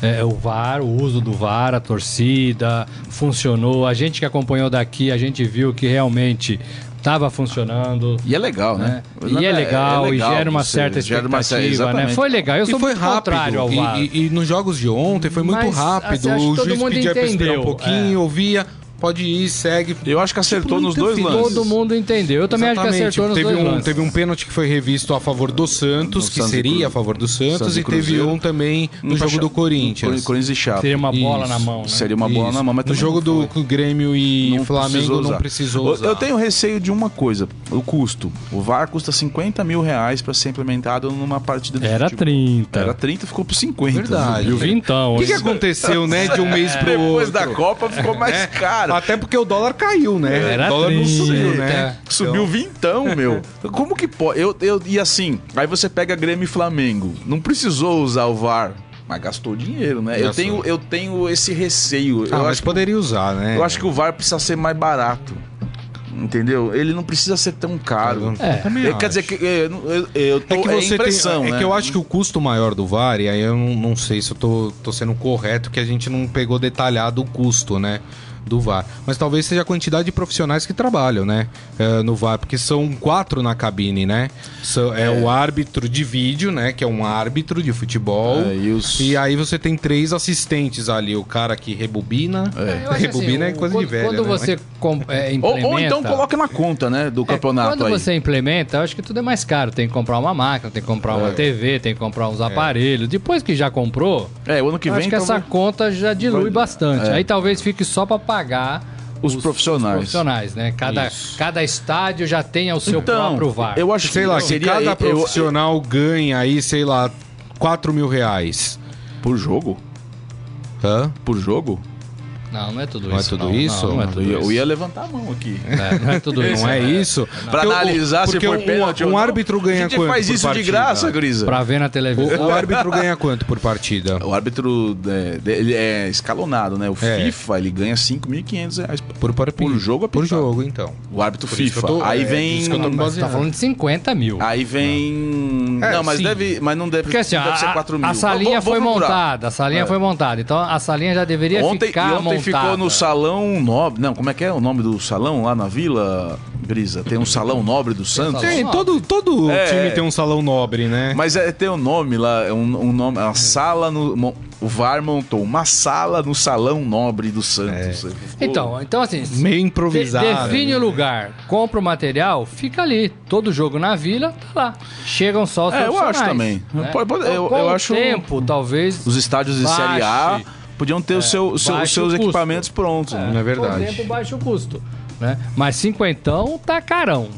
É, o VAR, o uso do VAR, a torcida, funcionou. A gente que acompanhou daqui, a gente viu que realmente estava funcionando.
E é legal, né?
né? E é legal, e gera uma
você-
certa
gera uma
expectativa,
certa-
né?
exatamente.
Foi legal, eu
e
sou
foi
muito
rápido.
contrário ao
E-
VAR.
E, e nos jogos de ontem foi muito
Mas,
rápido.
assim, acho que
o
todo
juiz
mundo
pedia pra esperar um
entendeu, é.
pouquinho, ouvia, pode ir, segue.
Eu acho que acertou
não
nos dois
interferiu.
lances.
Tipo, Todo mundo entendeu. Eu também acho que
Exatamente.
acertou nos
teve
dois
um,
lances.
Teve um pênalti que foi revisto a favor do Santos,
Do
que
Santos e
seria
Cruzeiro.
a favor do Santos,
Santos e
e teve
Cruzeiro.
um também no
Um pra
jogo
Cha-
do Corinthians.
Corinthians e Chape.
Seria uma bola
Isso.
na mão, né?
Seria uma bola
Isso.
na mão, mas
No
também
jogo
não foi.
do Grêmio e
Não
Flamengo
precisou
não
usar.
precisou
Eu-
usar.
Eu tenho receio de uma coisa, o custo. O VAR custa 50 mil reais para ser implementado numa partida de
Era
futebol.
30.
Era 30, ficou por 50.
Verdade.
E o vintão.
O que, que
hein?
aconteceu, né,
<laughs>
de um mês pro
Depois
outro?
da Copa ficou
É.
mais caro.
Até porque o dólar caiu, né?
Era
o dólar não
30.
subiu, né?
Subiu vintão, meu. <laughs> Como que pode? Eu, eu, e assim, aí você pega Grêmio e Flamengo. Não precisou usar o VAR, mas gastou dinheiro, né? Eu
Gastou.
tenho, eu tenho esse receio.
Ah,
eu
mas
acho que
poderia usar, né?
Eu acho que o VAR precisa ser mais barato. Entendeu? Ele não precisa ser tão caro.
É.
Também
Eu-
acho.
Quer dizer que eu, eu, eu tô,
É que você
impressão,
tem, é
né?
que eu acho que o custo maior do VAR, e aí eu não, não sei se eu tô, tô sendo correto, que a gente não pegou detalhado o custo, né? Do VAR. Mas talvez seja a quantidade de profissionais que trabalham, né? eh, no VAR, porque são quatro na cabine, né? São- é, o árbitro de vídeo, né? Que é um árbitro de futebol.
É, e os-
E aí você tem três assistentes ali. O cara que rebobina.
Eu acho
Rebobina
assim,
é coisa
quando,
de velho.
Quando
né?
você com- é,
ou,
implementa...
ou então coloca na conta, né, do
É,
campeonato
Quando
aí.
você implementa, eu acho que tudo é mais caro. Tem que comprar uma máquina, tem que comprar
É.
uma TV, tem que comprar uns aparelhos. Depois que já comprou,
É, o ano que
eu
vem
acho que
então,
essa conta já dilui
vai-
bastante.
é.
Aí talvez fique só pra pagar
Os profissionais.
profissionais, né? Cada, cada estádio já tenha o seu
então,
próprio VAR.
eu acho
Sei
que
lá, que
seria
cada
eu-
profissional ganha aí, sei lá, 4 mil reais.
por jogo,
Hã?
por jogo.
Não, não é tudo
Não é
isso.
tudo isso?
Não, não é
Eu
tudo
ia,
isso.
eu ia levantar a mão aqui.
É, não é
<laughs>
tudo isso.
Não é isso?
Pra
Porque o-
analisar se
porque
foi
um,
pênalti
um
ou não.
árbitro ganha
A gente
quanto
faz
por
isso de
partida?
graça, Grisa.
Pra ver na
O,
televisão.
o árbitro ganha quanto por partida?
O árbitro é, de- ele é escalonado, né? O
É.
FIFA, ele ganha 5.500 reais
Por, por,
Por jogo
Por
apitado.
jogo, então.
O árbitro
Por isso que
FIFA.
eu tô-
aí
é,
vem
isso que eu tô me
Mas tá
baseando.
falando de 50 mil.
Aí vem.
É,
não, mas
sim.
deve. Mas não deve,
Porque assim,
não deve
a,
ser 4 mil.
a salinha
Vou- vou
foi
procurar.
montada, a salinha
É.
foi montada. Então a salinha já deveria
Ontem, e
ficar
ontem
montada.
ficou no salão nobre. Não, como é que é o nome do salão lá na vila, Brisa? Tem um salão nobre do Santos.
salão.
Tem, todo todo
É,
time
é.
tem um salão nobre, né?
Mas é, tem um nome lá, é um, um nome, é uma sala no. mo- O VAR montou uma sala no salão nobre do Santos. né? Ficou-
Então, então assim, se-
Meio
de-
improvisado.
define
né?
o lugar, compra o material, fica ali. Todo jogo na vila, tá lá. Chegam só os
É, eu
profissionais,
acho também.
né?
Pode- pode- eu-
Então, com
eu
o
acho-
tempo, talvez...
Os estádios de
Baixe.
Série A podiam ter o seu, o seu- os
baixe o
seus
custo.
equipamentos prontos. né?
Não é
com o
verdade.
tempo, baixa o custo. Né? Mas cinquentão tá carão.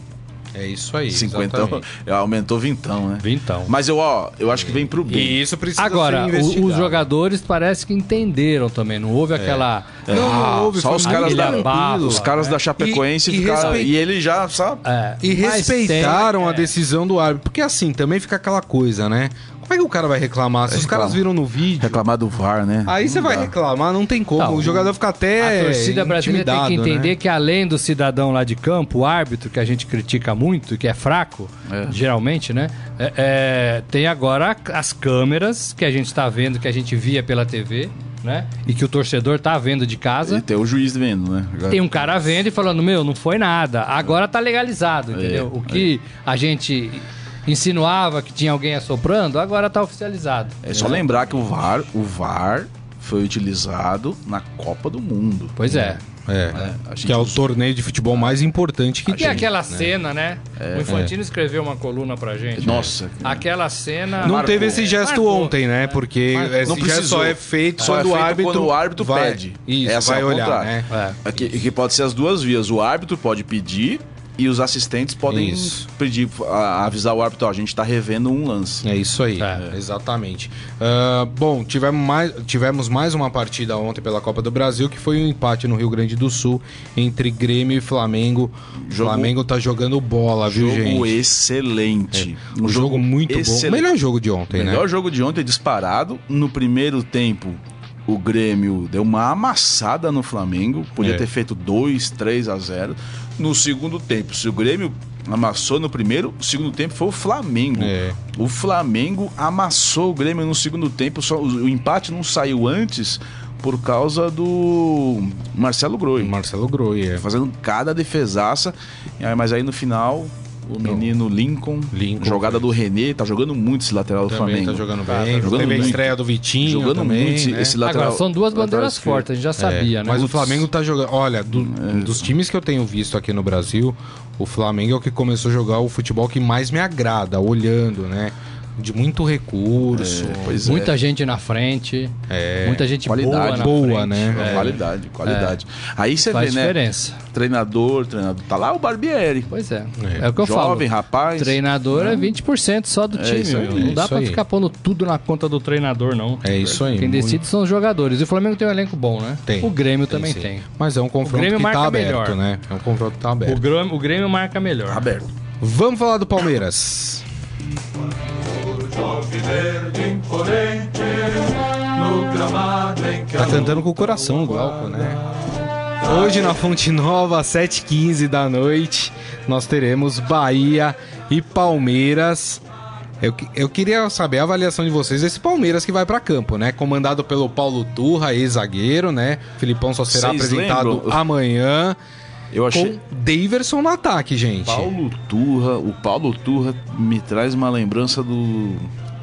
É isso aí.
50
exatamente.
é, aumentou vintão, né?
Vintão.
Mas eu, ó, eu acho que vem pro bem.
E isso precisa
Agora,
ser
o-
investigado.
os jogadores parece que entenderam também. Não houve aquela.
É.
Não, não houve,
só
foi
os
muito
caras, da,
tranquilo,
os caras
né?
da Chapecoense
E- e
ficaram.
respeito-
E ele já, sabe?
É,
E
mas tem-
respeitaram a
é.
decisão do árbitro. Porque assim, também fica aquela coisa, né? Como é que o cara vai reclamar? Se os
reclamar.
caras viram no vídeo.
Reclamar do VAR, né?
Aí você
Não
vai
dá.
reclamar, não tem como.
Não,
o jogador fica até.
A torcida brasileira tem que
É, intimidado,
entender
né?
que além do cidadão lá de campo, o árbitro, que a gente critica muito, que é fraco,
É.
geralmente, né? É, é, tem agora as câmeras que a gente está vendo, que a gente via pela TV, né? E que o torcedor tá vendo de
E
casa.
tem o juiz vendo, né? Agora-
Tem um cara vendo e falando, meu, não foi nada. Agora tá legalizado, entendeu?
É,
o que a gente insinuava que tinha alguém assoprando, agora tá oficializado.
É só lembrar que o VAR, o VAR foi utilizado na Copa do Mundo.
Pois é.
É.
É, a gente
que é o
usou-
torneio de futebol mais importante que
E
tem.
aquela cena, né?
É,
o Infantino escreveu uma coluna pra gente.
Nossa.
Aquela cena.
Não
Marcou.
teve esse gesto
Marcou.
ontem, né? Porque esse
Não
gesto
precisou.
só é feito
Só é
quando, o
feito
árbitro
quando o árbitro
vai,
pede.
Isso,
Essa
vai
é o
olhar,
contrário.
né?
É.
É Que, que pode ser as duas vias. O árbitro pode pedir e os assistentes podem
Isso.
pedir, a- avisar o árbitro, ó, a gente tá revendo um lance.
É isso aí,
É.
é, exatamente. Ah, bom, tivemos mais, tivemos mais uma partida ontem pela Copa do Brasil, que foi um empate no Rio Grande do Sul entre Grêmio e Flamengo. O
Jogo-
Flamengo tá jogando bola, viu,
Jogo
gente?
excelente.
Um jogo muito bom.
excelente.
Melhor jogo de ontem,
Melhor
né?
jogo de ontem disparado. No primeiro tempo, o Grêmio deu uma amassada no Flamengo. Podia
É.
ter feito 2, 3 a 0. No segundo tempo, se o Grêmio amassou no primeiro, o segundo tempo foi o Flamengo.
É.
O Flamengo amassou o Grêmio no segundo tempo. Só, o, o empate não saiu antes por causa do Marcelo Groi.
Marcelo é. Groia.
Fazendo cada defesaça. E aí- Mas aí no final, o menino Lincoln,
Então, Lincoln
jogada do René, tá jogando muito esse lateral do
Também
Flamengo.
tá jogando
Tá, tá
bem.
jogando
Teve a
muito.
estreia do Vitinho
jogando
também,
muito esse-
né?
esse lateral.
Agora, são duas
lateral
bandeiras
esquerdo.
fortes, a gente já sabia, né?
É, Mas o
Putz. É.
Flamengo tá jogando. Olha, do- dos times que eu tenho visto aqui no Brasil, o Flamengo é o que começou a jogar o futebol que mais me agrada, olhando, né? De muito recurso.
É, Pois
Muita gente na frente. Muita gente boa
Qualidade.
na
É. Boa,
frente.
né? É.
é.
É,
Qualidade, qualidade. Aí você
Faz
vê, né?
diferença.
Treinador, treinador. Tá lá o Barbieri.
Pois é.
É.
É, o que eu
Jovem,
falo.
rapaz.
Treinador é 20% só do time.
isso aí,
meu. não
é
dá
isso
pra
aí.
ficar pondo tudo na conta do treinador, não.
É isso aí,
Quem
muito.
decide são os jogadores. E o Flamengo tem um elenco bom, né?
Tem.
O Grêmio também
sim.
tem.
Mas é um confronto
Grêmio
que tá
marca
aberto,
melhor.
né? É um confronto que tá aberto.
O, Grêmio, o Grêmio marca melhor.
Aberto.
Vamos falar do Palmeiras. Tá cantando com o coração o Glauco, né? Hoje na Fonte Nova, às 7h15 da noite, nós teremos Bahia e Palmeiras. Eu, que- eu queria saber a avaliação de vocês desse Palmeiras que vai pra campo, né? Comandado pelo Paulo Turra, ex-zagueiro, né? Filipão só será
Vocês
apresentado
lembram?
amanhã.
Eu
Com
achei.
Daverson no ataque, gente.
Paulo Turra. O Paulo Turra me traz uma lembrança do.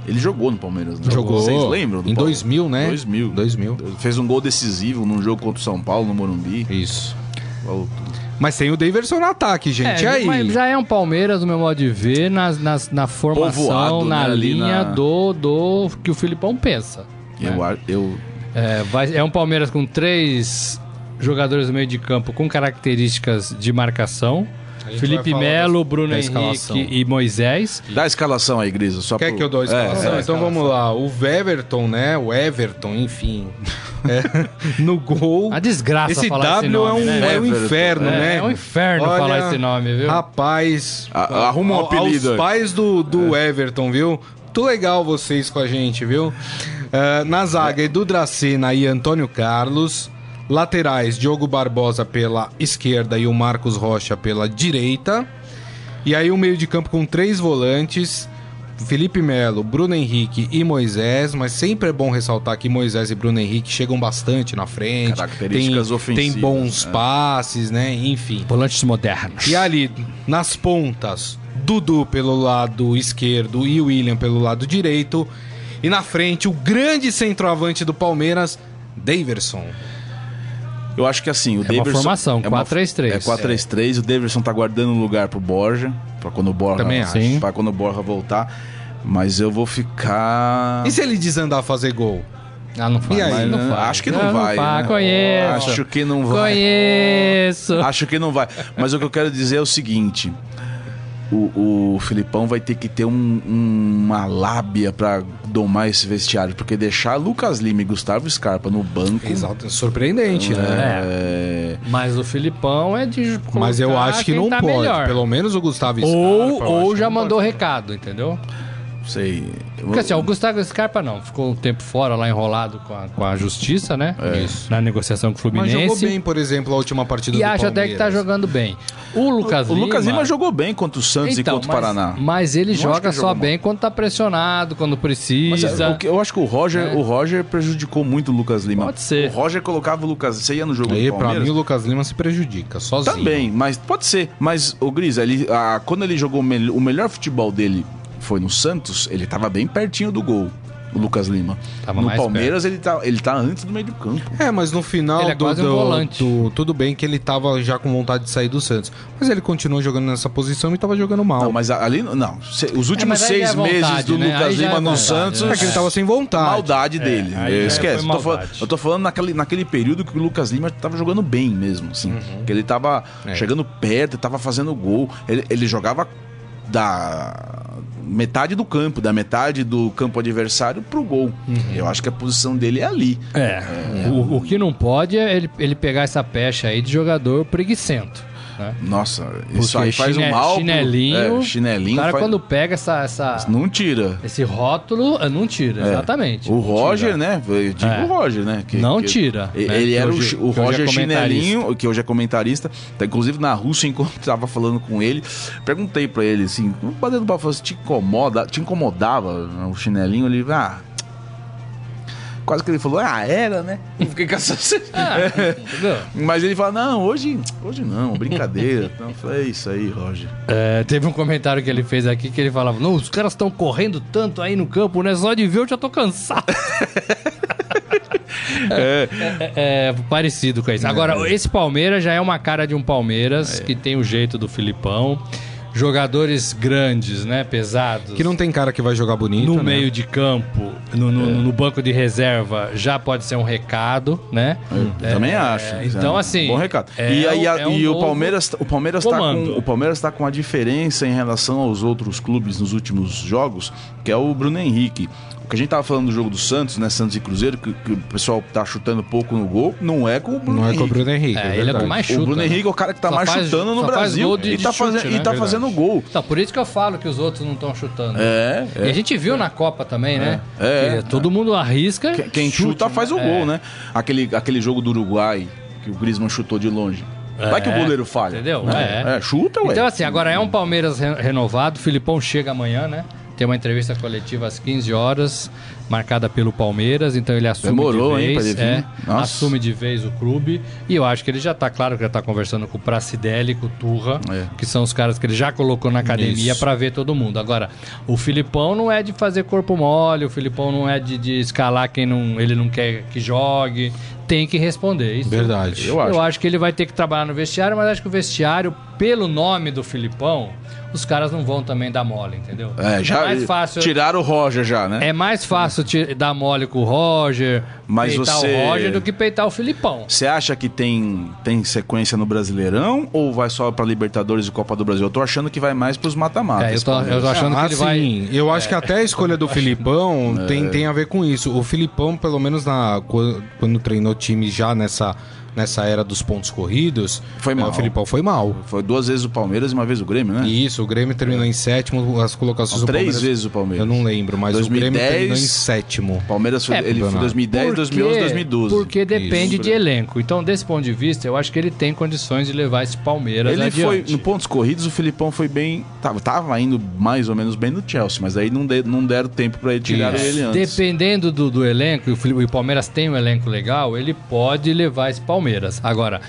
Ele jogou no Palmeiras, né?
Jogou.
Vocês lembram? do
Em
Paulo?
2000, né?
2000.
2000.
Fez um gol decisivo num jogo contra o São Paulo, no Morumbi.
Isso.
Paulo Turra.
Mas tem o Daverson no ataque, gente. e aí?
Mas já é um Palmeiras, no meu modo de ver, nas, nas- na formação,
Povoado,
na
né, ali
linha
na-
Do, do que o Filipão pensa.
Eu, ar- eu
É, vai- é um Palmeiras com três jogadores no meio de campo com características de marcação.
A gente vai
Felipe
falar
Melo,
da-
Bruno
da
Henrique
escalação.
e Moisés.
Dá a escalação aí, Grisa. Só
Quer
pro-
que eu dou a
É,
escalação?
é.
então vamos lá. O Weverton, né? O Everton, enfim.
<laughs>
É, no gol.
A desgraça
Esse
falar
W
esse
é,
nome,
um,
né?
é um
Everton,
inferno,
É,
né?
é um inferno
Olha,
falar esse nome, viu?
Rapaz.
A- arruma um
ao-
apelido
Aos
É. aí.
pais do, do Everton, viu? Muito legal vocês com a gente, viu? Eh, na
É.
zaga, Edu Dracena e Antônio Carlos. Laterais, Diogo Barbosa pela esquerda e o Marcos Rocha pela direita. E aí o meio de campo com três volantes. Felipe Melo, Bruno Henrique e Moisés, mas sempre é bom ressaltar que Moisés e Bruno Henrique chegam bastante na frente.
Características
tem,
ofensivas,
Tem bons passes, né? Enfim.
Volantes modernos.
E ali, nas pontas, Dudu pelo lado esquerdo e William pelo lado direito. E na frente, o grande centroavante do Palmeiras, Daverson. então?
Eu acho que assim, o
É uma formação,
uma-
4-3-3.
É 4-3-3, o Davidson tá guardando lugar pro Borja, pra quando o Borja,
Também
acho. Sim.
pra quando o Borja voltar, mas eu vou ficar
E se ele desandar a fazer gol?
Ah, não faz.
E aí?
mas não faz.
acho que não
Ah,
vai.
faz,
né?
Conheço.
Acho que não vai.
Conheço.
Ah.
Acho que não vai. Mas o que eu quero dizer é o seguinte: o, o Filipão vai ter que ter um- um- uma lábia pra domar esse vestiário, porque deixar Lucas Lima e Gustavo Scarpa no banco.
Exato, surpreendente, né?
É,
Mas o Filipão é de.
Mas eu
colocar
acho que
quem
não
tá
pode.
melhor.
Pelo menos o Gustavo
Ou,
Scarpa, eu acho
ou
que
já
não
mandou
pode.
recado, entendeu?
não sei.
Porque assim, ó, o Gustavo Scarpa não. Ficou um tempo fora lá enrolado com a, com a justiça, né?
É.
Isso. Na negociação com
Mas
o Fluminense.
jogou bem, por exemplo, a última partida
E
do
acho
Palmeiras.
até que tá jogando bem. O Lucas
o
Lima.
Lucas Lima jogou bem contra o Santos
Então,
e contra o
mas-
Paraná.
Mas ele
Não acho que
joga
ele
só
jogou mal.
bem quando tá pressionado, quando
Mas,
precisa.
é, o que- eu acho que o Roger, o Roger prejudicou muito o Lucas Lima.
Pode ser.
O Roger colocava o Lucas. Você ia no jogo
Aí,
do
pra
Palmeiras?
mim, o Lucas Lima se prejudica, sozinho.
Também, mas pode ser. Mas o Gris, ele, a- quando ele jogou o mel- o melhor futebol dele foi no Santos, ele tava bem pertinho do gol. O Lucas Lima.
Tava
no
mais
Palmeiras ele tá, ele tá antes do meio do campo.
É, mas no final
Ele é
do,
quase um
do-
volante.
do- Tudo bem que ele tava já com vontade de sair do Santos. Mas ele continuou jogando nessa posição e tava jogando mal.
Não, mas a- ali não. Se- Os últimos
mas aí
seis
é vontade,
meses do
né? Aí
Lucas
já é
Lima no
vontade,
Santos.
né?
É que ele tava sem vontade.
Maldade dele.
É, aí
Eu
já foi
esquece. Eu tô, falando,
maldade.
eu tô falando naquele, naquele período que o Lucas Lima tava jogando bem mesmo, assim.
Uhum.
Que ele tava
É.
chegando perto, tava fazendo gol. Ele, ele jogava da metade do campo, da metade do campo adversário pro gol.
Uhum.
Eu acho que a posição dele é ali.
É. O, o que não pode é ele, ele pegar essa pecha aí de jogador preguiçento. Né?
Nossa, isso aí faz
chine-
um mal. pro-
Chinelinho.
é, chinelinho.
O cara,
faz-
quando pega essa, essa-
Não tira.
esse rótulo, eh, não tira, exatamente.
O
Não tira.
Roger, né? Eu digo
É.
o Roger, né? Que-
Não
que-
tira,
E-
né?
Ele
Que
era o
hoje-
chi- o,
que hoje é
Roger
comentarista.
Chinelinho, que hoje é comentarista. Tá, inclusive na Rússia, <laughs> enquanto tava falando com ele, perguntei pra ele assim: o batendo papo falou assim, te incomoda, te incomodava né, o chinelinho? Ele, ah. Quase que ele falou, ah, era, né? <laughs> Eu fiquei com essa.
Ah, entendeu?
<laughs> Mas ele fala, não, hoje, hoje não,
<laughs>
brincadeira. Então, eu falei, é isso aí, Roger.
É, teve um comentário que ele fez aqui que ele falava: Não, os caras estão correndo tanto aí no campo, né? Só de ver eu já tô cansado. é, é, parecido com isso. Agora, esse Palmeiras já é uma cara de um Palmeiras que tem o jeito do Filipão. Jogadores grandes, né? Pesados.
Que não tem cara que vai jogar bonito,
no
né?
meio de campo, no, no- no banco de reserva, já pode ser um recado, né?
Eu também acho.
então,
É um
assim,
Bom recado.
é
e aí,
um-
a-
é um
e o
novo
Palmeiras, o Palmeiras tá com,
comando.
o Palmeiras tá com a diferença em relação aos outros clubes nos últimos jogos, que é o Bruno Henrique. O que a gente tava falando do jogo do Santos, né? Santos e Cruzeiro, que, que o pessoal tá chutando pouco no gol, não é com o Bruno
Não é
Henrique.
com o Bruno Henrique. né?
É, ele é
verdade.
com mais chute.
o Bruno Henrique é o cara que tá
Só
mais
faz-
chutando no
só faz
Brasil
gol de-
e tá,
de
fazendo,
chute, né?
e tá
Verdade.
fazendo gol.
Então, por isso que eu falo que os outros não estão chutando.
É,
E
é.
a gente viu na Copa também, né?
É.
Que todo mundo arrisca.
Que- Quem chuta
né?
faz o
É.
gol, né? Aquele, aquele jogo do Uruguai que o Griezmann chutou de longe. Vai que o goleiro falha.
É. Entendeu?
né?
É.
É, chuta, ué.
Então, assim, agora é um Palmeiras re- renovado. O Filipão chega amanhã, né? Tem uma entrevista coletiva às 15 horas, marcada pelo Palmeiras, então ele assume
Demorou,
de
hein,
vez.
pra ele vir.
é,
Nossa.
assume de vez o clube. E eu acho que ele já tá, claro, que já tá conversando com o Pracidelli, com o Turra,
É.
que são os caras que ele já colocou na academia
Isso.
pra ver todo mundo. Agora, o Filipão não é de fazer corpo mole, o Filipão não é de, de escalar quem não, ele não quer que jogue. Tem que responder. Isso
Verdade.
Eu
eu acho.
acho.
que ele vai ter que trabalhar no vestiário, mas acho que o vestiário, pelo nome do Filipão, os caras não vão também dar mole, entendeu?
É, já
mais fácil.
tiraram o Roger já, né?
É mais fácil te dar mole com o Roger,
Mas
peitar
você-
o Roger do que peitar o Filipão.
Você acha que tem, tem sequência no Brasileirão ou vai só pra Libertadores e Copa do Brasil? Eu tô achando que vai mais pros mata-matas.
É, eu tô-
Palmeiras.
eu tô achando que ele vai-
assim, Eu acho
É.
que até a escolha
<laughs>
do Filipão tem, tem a ver com isso. O Filipão, pelo menos na, quando, quando treinou time já nessa, nessa era dos pontos corridos,
Foi
eh,
mal.
o Filipão foi mal.
Foi duas vezes o Palmeiras e uma vez o Grêmio, né?
E isso, o Grêmio terminou em sétimo, as colocações
Não,
do
três
Palmeiras-
vezes o Palmeiras.
Eu não lembro, mas o
2010,
Grêmio terminou em sétimo.
O Palmeiras foi,
É,
ele foi
campeonato.
2010,
Porque-
2011, 2012.
Porque depende
Isso.
de elenco. Então, desse ponto de vista, eu acho que ele tem condições de levar esse Palmeiras
Ele foi,
adiante.
no pontos corridos, o Filipão foi bem. Tava, tava indo mais ou menos bem no Chelsea, mas aí não, de- não deram tempo pra ele tirar
Isso.
ele antes.
Dependendo do, do elenco, e o, Fili- e o Palmeiras tem um elenco legal, ele pode levar esse Palmeiras. Agora,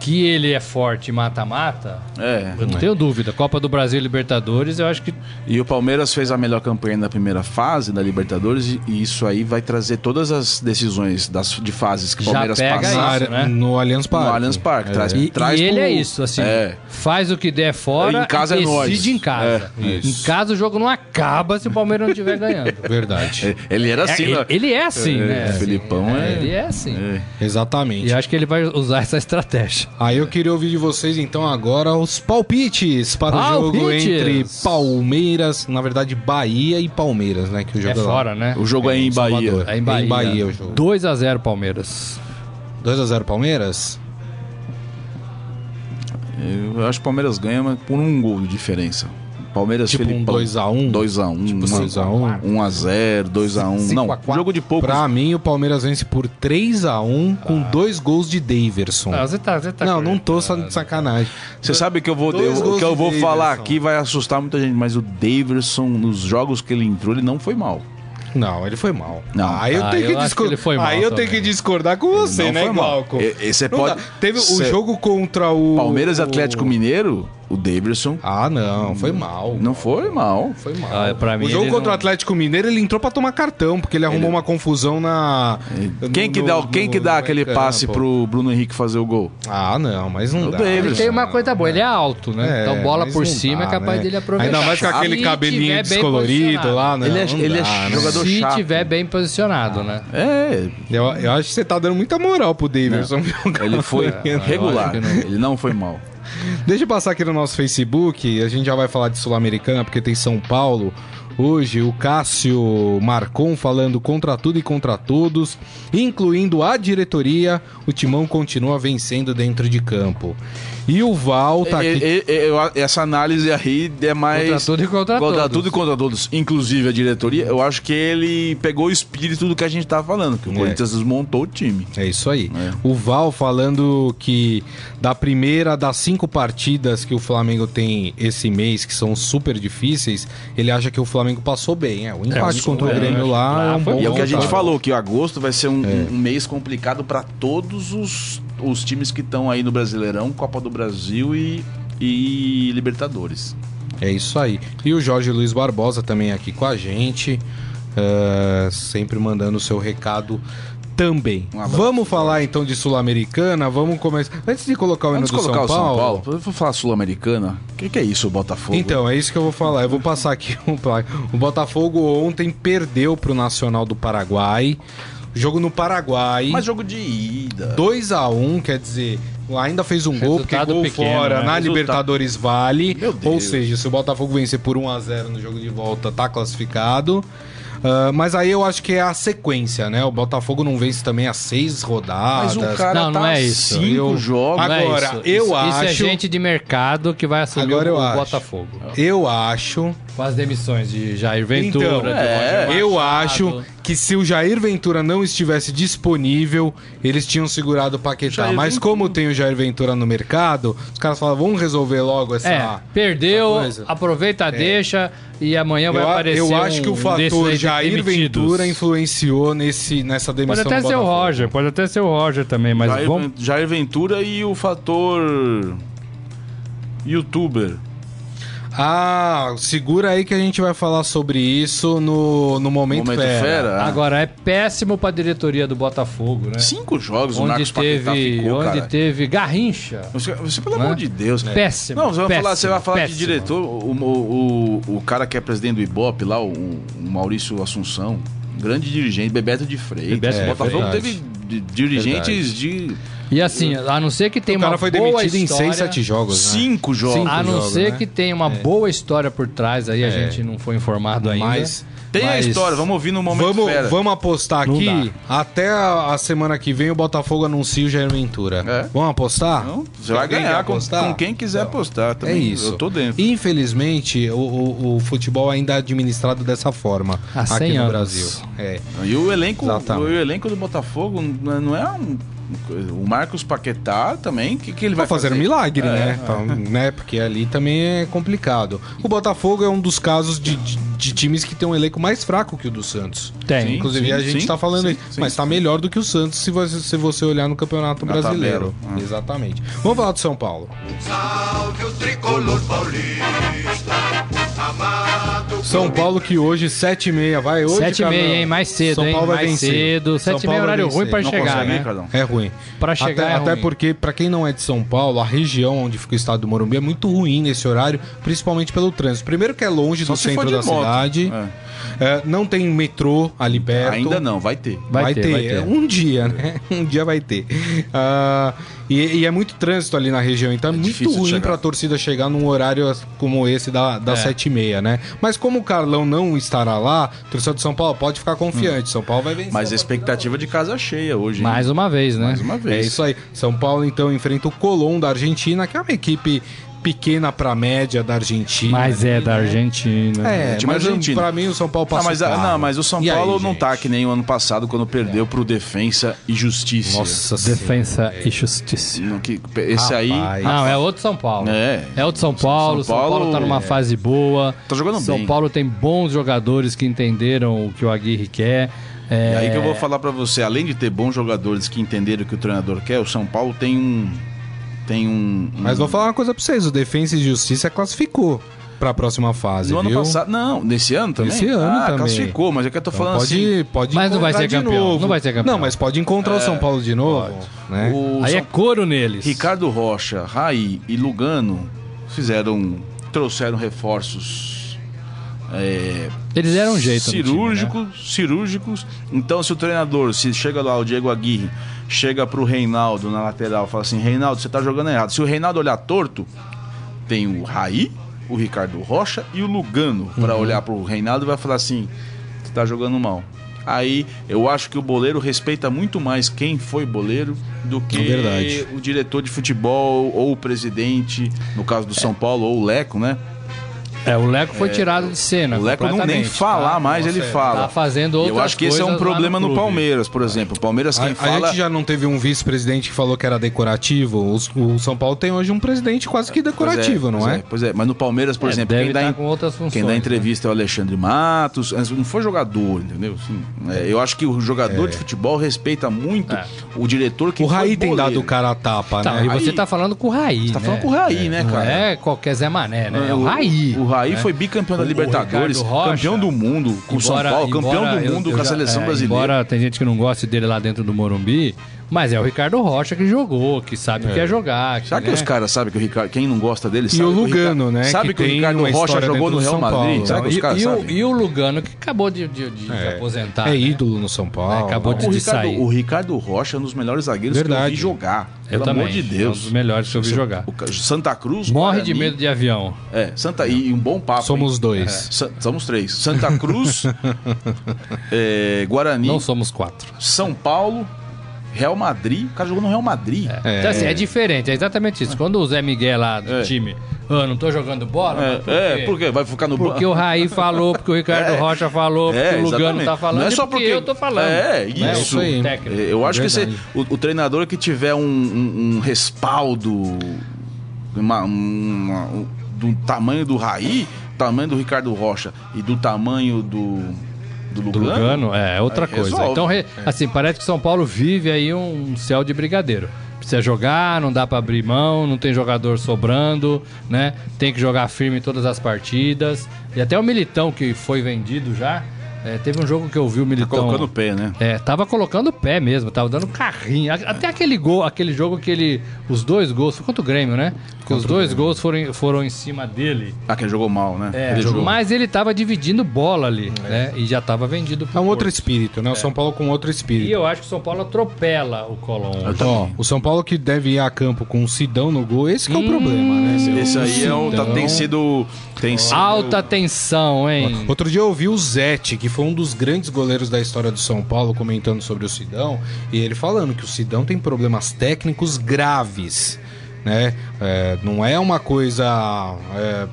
que ele é forte e mata-mata,
É.
eu não tenho dúvida. Copa do Brasil e Libertadores, eu acho que
E o Palmeiras fez a melhor campanha na primeira fase da Libertadores e- e isso aí vai trazer todas as decisões das, de fases que o
Já
Palmeiras
pega
passa
isso,
Na área-
né?
No Allianz
É no
Parque. É.
Allianz Parque. Traz,
E,
traz
e ele
pro-
é isso, assim.
É.
Faz o que der fora
Em casa é
e
nós.
decide em casa.
É,
em
isso.
casa o jogo não acaba se o Palmeiras não estiver ganhando.
Verdade.
É, Ele era <laughs> assim,
ele,
né?
ele é assim,
É,
né?
Filipão
Assim,
é-
Ele é assim.
É.
E
Exatamente.
eu acho que ele vai usar essa estratégia. Exatamente.
Aí eu queria ouvir de vocês então agora os palpites para o jogo
Palpites.
entre Palmeiras, na verdade Bahia e Palmeiras, né? Que o jogo
É
lá.
fora, né?
O jogo é, em Bahia.
Salvador.
É em Bahia.
Em Bahia o jogo.
2x0 Palmeiras.
2x0 Palmeiras?
Eu acho que o Palmeiras ganha, mas por um gol de diferença. Palmeiras
Tipo um
Felipão.
2x1?
2x1.
Tipo 6x1?
1x0, 2x1.
Cinco
Não,
a quatro.
jogo de poucos.
Pra mim, o Palmeiras vence por 3x1 com dois gols de Daverson.
Ah, você tá, você tá
não, não tô sa- de sacanagem.
Você sabe que eu vou,
Dois
eu-
gols
o que eu
de
vou
Daverson.
falar aqui vai assustar muita gente, mas o Daverson, nos jogos que ele entrou, ele não foi mal.
Não, ele foi mal.
Não.
Aí eu
Ah,
tenho,
eu
que,
acho
disco-
que ele foi mal
Aí eu tenho
também.
que discordar com você,
não
né,
foi mal.
Glauco?
E- e você
Não
pode-
dá. Teve o
você-
jogo contra o.
Palmeiras e
o-
Atlético Mineiro, o Daverson
Ah, não, foi mal.
não foi mal.
Foi mal.
Ah, pra mim,
o jogo
ele
contra
não-
o Atlético Mineiro, ele entrou pra tomar cartão, porque ele arrumou uma confusão na.
Quem
no-
que dá,
no-
quem que dá
no
aquele
campo.
passe pro Bruno Henrique fazer o gol?
Ah, não, mas não
O
dá.
Davidson.
Ele tem uma coisa boa, ele é alto, né?
né, É,
então bola
mas
por
não
cima
dá,
é capaz
né?
dele aproveitar.
Ainda mais com aquele
Se
cabelinho
tiver bem
descolorido
posicionado.
lá, né?
Ele é-
Não
ele é
dá, né?
jogador
Se
chato.
tiver bem posicionado, né?
É,
Eu, eu acho que você tá dando muita moral pro Davidson. viu? <laughs>
ele foi regular.
eu acho que
Ele não foi mal.
Deixa eu passar aqui no nosso Facebook, a gente já vai falar de Sul-Americana, porque tem São Paulo. Hoje, o Cássio Marcon falando contra tudo e contra todos, incluindo a diretoria, o Timão continua vencendo dentro de campo. E o Val tá aqui.
E- e- e- eu- essa análise aí é mais.
Contra tudo e contra,
Contra
todos.
tudo e contra todos, inclusive a diretoria, eu acho que ele pegou o espírito do que a gente tá falando, que o
É.
Corinthians desmontou o time.
É isso aí.
É.
O Val falando que da primeira das cinco partidas que o Flamengo tem esse mês, que são super difíceis, ele acha que o Flamengo passou bem. É, o empate
isso
contra o
é,
Grêmio
acho que
lá é
lá
um
foi
bom
E é o que a gente
resultado.
falou, que agosto vai ser um, um mês complicado para todos os, os times que estão aí no Brasileirão, Copa do Brasil e, e Libertadores.
É isso aí. E o Jorge Luiz Barbosa também aqui com a gente, eh, sempre mandando o seu recado também.
Um abraço,
vamos falar então de Sul-Americana, vamos começar. Antes de colocar o hino
Vamos
do São
colocar
Paulo,
o São Paulo? Vou falar Sul-Americana. O que, que é isso, o Botafogo?
Então, é isso que eu vou falar. Eu vou passar aqui <laughs> um placa. O Botafogo ontem perdeu pro Nacional do Paraguai. Jogo no Paraguai.
Mas jogo de ida.
2 a 1 quer dizer, ainda fez um gol, porque
Resultado
gol
pequeno,
fora
né?
na
Resultado.
Libertadores vale.
Meu Deus.
Ou seja, se o Botafogo vencer por 1 a 0 no jogo de volta, tá classificado. Ah, mas aí eu acho que é a sequência, né? O Botafogo não vence também as seis rodadas.
Mas o cara
Não,
tá
não é isso.
cinco
Eu-
jogos.
Não é
Agora,
isso.
eu
isso, Isso é
acho-
gente de mercado que vai assumir
Agora eu
o
acho.
Botafogo.
Eu acho
Com as demissões de Jair Ventura.
Então,
de
é,
Roger
Eu
Machado.
acho que se o Jair Ventura não estivesse disponível, eles tinham segurado o Paquetá.
Jair
Mas
Ventura.
como tem o Jair Ventura no mercado, os caras falam, vamos resolver logo essa...
É, perdeu,
essa coisa. É.
aproveita, deixa e amanhã vai
Eu, a-
aparecer.
eu acho que
um
o
desses
fator
aí
Jair
demitidos.
Ventura influenciou nesse, nessa
Pode
demissão
até
do
ser o
Botafogo.
Roger, pode até ser o Roger também, mas
Jair,
vamos.
Ven- Jair Ventura e o fator youtuber.
Ah, segura aí que a gente vai falar sobre isso no, no Momento,
Momento
Fera.
fera.
Agora, é péssimo pra diretoria do Botafogo, né?
Cinco jogos o
onde
Marcos Paquetá
teve,
ficou,
onde
cara.
teve Garrincha.
Você, você, pelo
Né?
amor de Deus. né?
é
Péssimo,
Não, você vai falar,
péssimo,
você vai falar
péssimo.
de diretor, o, o, o, o cara que é presidente do Ibope lá, o, o Maurício Assunção, um grande dirigente, Bebeto de Freitas.
Bebeto
o
de
Botafogo
Freitas.
teve di- dirigentes de
E assim, a não ser que tenha
O cara
uma
foi
boa
demitido em
história-
6, 7 jogos, né?
cinco jogos.
Cinco.
A não
jogos,
ser
né?
que tenha uma boa história por trás, aí a gente não foi informado ainda.
Mas-
Tem
Mas-
a história, vamos ouvir no momento
Vamos,
fera.
vamos apostar
Não
aqui. Até a, a semana que vem o Botafogo anuncia o Jair Ventura.
É.
Vamos apostar?
Então, você
Tem
vai
alguém que
ganhar com,
apostar?
com quem quiser apostar
É
também.
isso.
Eu tô dentro.
Infelizmente, o, o- o futebol ainda é administrado dessa forma
Há
aqui
100
no
anos.
Brasil. É.
E o elenco,
Exatamente.
o elenco do Botafogo n- não é um. O Marcos Paquetá também, o que, que ele vai É,
Vai fazer um milagre, né? Pra- né? Porque ali também é complicado. O Botafogo é um dos casos de, de- de times que tem um elenco mais fraco que o do Santos.
Tem.
Sim,
Inclusive,
sim,
a gente
sim,
tá falando
sim,
isso,
sim,
mas tá melhor do que o Santos se você, se você olhar no Campeonato
Na
Brasileiro.
né?
tabela. Ah.
Exatamente. Vamos falar do São Paulo.
Salve o tricolor paulista, amado
São Paulo que hoje, 7h30, vai hoje.
7 e
Carlão?
meia, hein? Mais cedo,
São
hein?
Paulo vai
mais
vencer.
cedo.
São
7 e meia é
Paulo
horário
vai
ruim pra
vencer.
Não
chegar,
consegue,
né?
hein, Cardão?
É ruim.
Pra chegar
até,
é
até
ruim.
porque, pra quem não é de São Paulo, a região onde fica o estado do Morumbi é muito ruim nesse horário, principalmente pelo trânsito. Primeiro que é longe
Só
do
se for
centro
de
da
moto.
cidade,
É.
é, não tem metrô ali perto.
Ainda não, vai ter.
Vai ter, vai ter.
É Um dia, né? <laughs> Um dia vai ter. Ah, e, e é muito trânsito ali na região, então é, muito
difícil de
ruim
chegar.
pra torcida chegar num horário como esse da,
É.
da 7h30, né? Mas como o Carlão não estará lá, o torcedor de São Paulo pode ficar
Hum.
confiante. São Paulo vai vencer.
Mas a
a partida.
expectativa de casa é cheia hoje, hein?
Mais uma vez, né?
Mais uma
É
vez.
isso aí. São Paulo então enfrenta o Colón da Argentina, que é uma equipe pequena pra média da Argentina.
Mas é da
né?
Argentina.
É,
Time
mas
argentino.
pra mim o São Paulo
Ah,
passa
mas, a-
carro.
não, mas o São
E aí,
Paulo não
gente? É.
tá que nem o ano passado quando perdeu pro Defensa e Justiça.
Nossa Senhora.
Defensa e Justiça.
No que- Esse aí.
Rapaz.
Não, é outro São Paulo.
É.
É outro São Paulo. São
São
Paulo,
Paulo
tá numa
é.
fase boa.
Tá jogando
São
bem.
Paulo tem bons jogadores que entenderam o que o Aguirre quer. É,
E aí que eu vou falar pra você, além de ter bons jogadores que entenderam o que o treinador quer, o São Paulo tem um tem um, um-
Mas vou falar uma coisa pra vocês: o Defensa e Justiça classificou pra próxima fase.
no ano
viu?
passado, não, nesse ano também.
Nesse ano
ah,
também.
classificou, mas é que eu tô
Então
falando
pode,
assim, É,
pode
Mas não vai
encontrar
ser
de
campeão,
novo.
não vai ser campeão.
Não, mas pode encontrar o São Paulo de novo. Né?
o
Aí
São
é couro neles.
Ricardo Rocha, Raí e Lugano fizeram trouxeram reforços é,
Eles deram um jeito. no time, né?
cirúrgicos, cirúrgicos. Então, se o treinador, se chega lá o Diego Aguirre, chega pro Reinaldo na lateral, fala assim: Reinaldo, você tá jogando errado. Se o Reinaldo olhar torto, tem o Raí, o Ricardo Rocha e o Lugano
Uhum.
pra olhar pro Reinaldo e vai falar assim: você tá jogando mal. Aí eu acho que o boleiro respeita muito mais quem foi boleiro do que
verdade.
o diretor de futebol ou o presidente, no caso do São Paulo, ou o Leco, né?
É, o Leco foi tirado de cena.
O Leco não nem
completamente,
falar
tá?
mais, ele
Nossa,
fala.
Tá fazendo outras
Eu acho que esse é um
coisas lá
problema no,
clube. É.
Palmeiras, por exemplo. O Palmeiras,
A,
quem
a
fala.
gente já não teve um vice-presidente que falou que era decorativo. Os- O, São Paulo tem hoje um presidente quase que
Pois é,
decorativo, não
pois
é?
Pois é, mas no Palmeiras, por
É,
exemplo,
deve
quem dá,
tá
en-
com outras funções,
quem dá
né?
entrevista é o Alexandre Matos, mas não foi jogador, entendeu? Assim, é, eu acho que o jogador de futebol respeita muito
É.
o diretor que
O
foi
Raí tem
goleiro.
dado o cara a tapa,
Tá,
né?
e você
Aí-
tá falando com o Raí.
Tá
né?
falando com o Raí, né,
Não
cara?
é qualquer Zé Mané, né? É o Raí.
O Raí
né?
foi bicampeão da
O- o
Libertadores,
Ricardo Rocha,
campeão do mundo com o São
Embora-
Paulo, campeão
embora
do
eu-
mundo
eu
com a
já-
seleção
é,
brasileira.
Embora tem gente que não goste dele lá dentro do Morumbi, mas é o Ricardo Rocha que jogou, que sabe o que é jogar.
Será que
né?
os caras sabem que o Ricardo, quem não gosta dele, sabe?
E o
que Ricardo-
Lugano, né?
Sabe que,
que
o
tem
Ricardo
uma
Rocha
história dentro
jogou no
do
Real
São
Madrid?
Paulo.
Será que os
né? E-
caras
e, o,
sabem?
e o Lugano que acabou de, de- de se aposentar.
É
né?
ídolo no São Paulo.
É, acabou de-
O Ricardo,
sair.
o Ricardo Rocha é um dos melhores zagueiros que eu
Verdade.
vi jogar.
Eu
pelo
também.
amor de
Um
Deus. é
dos melhores que eu vi jogar.
O ca- Santa Cruz.
Morre de
Guarani-
medo de avião.
É, Santa e e um bom papo.
Somos
hein? É.
dois.
Sa- Somos três. Santa
<laughs>
Cruz, é, Guarani,
Não somos quatro.
São Paulo, Real Madrid. O cara jogou no Real Madrid.
É.
Então, assim, é diferente, é exatamente isso. Quando o Zé Miguel lá do
É.
time, ah, não tô jogando bola, mas por
É,
quê?
por quê? Vai ficar no banco.
Porque o Raí falou, porque o Ricardo Rocha falou, porque
É,
o Lugano
exatamente.
tá falando,
Não é
e
só
porque eu tô falando. Né?
É,
É,
isso.
isso aí.
Técnico. É
Eu acho
Verdade.
que se, o, o treinador que tiver um, um- um respaldo uma- uma- um- do tamanho do Raí, tamanho do Ricardo Rocha e do tamanho do, do
Do
Lugano,
Lugano é outra
Aí
coisa.
resolve. É.
Então, re- assim, parece que São Paulo vive aí um céu de brigadeiro. Precisa jogar, não dá pra abrir mão, não tem jogador sobrando, né? Tem que jogar firme em todas as partidas. E até o Militão, que foi vendido já, é, teve um jogo que eu vi o Militão...
Tá colocando o pé, né?
É, tava colocando o pé mesmo, tava dando carrinho. A- Até aquele gol, aquele jogo que ele. Os dois gols, foi contra o Grêmio, né? Que os dois gols foram, em- foram em cima dele.
Ah, que ele jogou mal, né?
É,
ele jogou. É.
mas ele tava dividindo bola ali, né? E já tava vendido
É
pro
um outro
Porto.
espírito, né? O São Paulo com outro espírito.
E eu acho que o São Paulo atropela o Colom.
Eu
Ó,
também.
o São Paulo que deve ir a campo com o Sidão no gol, esse
Hum,
que é o problema, né?
Esse aí é o, tá-
Sidão.
tem sido. Tem sido
um então. Alta tensão, hein?
Outro dia eu ouvi o Zete, que foi um dos grandes goleiros da história do São Paulo, comentando sobre o Sidão, e ele falando que o Sidão tem problemas técnicos graves, né? É, não é uma coisa é,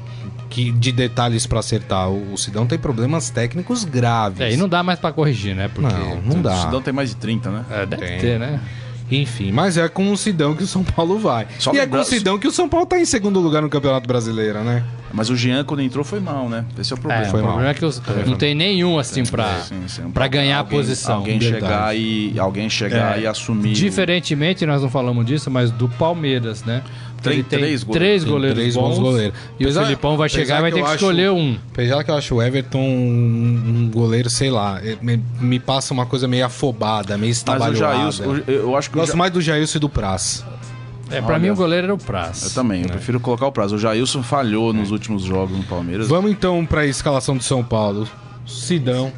que de detalhes pra acertar. O, o Sidão tem problemas técnicos graves.
É, e não dá mais pra corrigir, né? Porque
não, não
O
dá.
Sidão tem mais de 30, né?
É, deve
Tem.
ter, né?
Enfim, mas é com o Sidão que o São Paulo vai.
Só
e é
lembrar-
com o Sidão que o São Paulo tá em segundo lugar no Campeonato Brasileiro, né?
Mas o Jean, quando entrou, foi mal, né? Esse é o
É,
problema.
o
Foi
problema
mal.
é que os- não tem nenhum assim pra,
Sim, sim.
pra ganhar
Alguém-
a posição.
Alguém
Verdade.
chegar e alguém chegar
É.
e assumir. o-
Diferentemente, nós não falamos disso, mas do Palmeiras, né? Ele
Tem
tem
três
três
goleiros.
goleiros,
Tem três bons goleiros.
E
Apesar-
o Filipão vai
apesar
chegar e vai
que
ter
eu
que
acho-
escolher um.
Apesar que eu acho o Everton um, um goleiro, sei lá, eh, me, me passa uma coisa meio afobada, meio
Mas o
estabalhoada.
Jailson, o- eu acho que o
Gosto
Ja-
mais do Jailson e do Praz.
É, pra mim o goleiro era o Praz.
Eu também, eu prefiro colocar o prazo. O Jailson falhou nos últimos jogos no Palmeiras.
Vamos então pra escalação do São Paulo. Sidão.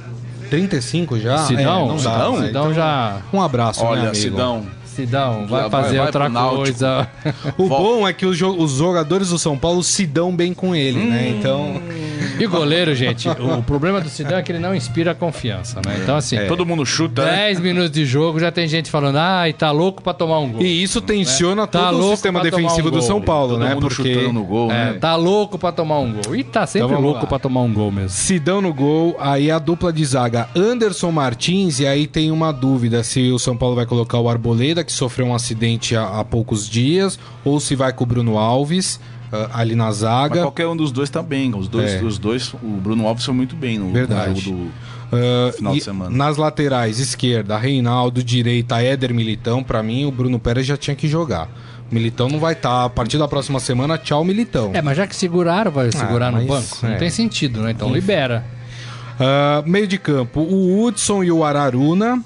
35 já?
Sidão,
É, não dá,
Sidão?
né?
Sidão já.
Um abraço, né,
Olha,
amigo?
Sidão,
Sidão,
Já
vai
vai-
fazer
vai
outra
pro Náutico.
coisa.
<laughs> O bom é que os, jo- os jogadores do São Paulo se dão bem com ele, né? Então,
E goleiro, gente, o problema do Sidão é que ele não inspira confiança, né? Então, assim,
É.
todo mundo chuta, É. né?
10 minutos de jogo já tem gente falando, ai, tá louco pra tomar um gol.
e
né?
isso tensiona
Tá
todo o
louco
sistema
pra tomar
defensivo
um
do
gol.
São Paulo,
Todo
né?
mundo
Porque
chutando no gol,
É,
né?
tá louco pra tomar um gol. E tá sempre
Então vamos
louco
lá.
pra tomar um gol mesmo.
Sidão no gol, aí a dupla de zaga Anderson Martins, e aí tem uma dúvida se o São Paulo vai colocar o Arboleda, que sofreu um acidente há, há poucos dias, ou se vai com o Bruno Alves ah, ali na
Mas
zaga.
qualquer um dos dois tá bem. Os dois,
É.
os dois, o Bruno Alves foi muito bem no
Verdade.
jogo do.
Ah,
é Final de
e
semana.
Nas laterais, esquerda, Reinaldo, direita, Éder Militão. Pra mim, o Bruno Pérez já tinha que jogar. Militão não vai estar. A partir da próxima semana, tchau, Militão.
É, mas já que seguraram, vai segurar no
mas,
banco.
é.
Não tem sentido, né? Então libera.
Ah, meio de campo, o Hudson e o Araruna.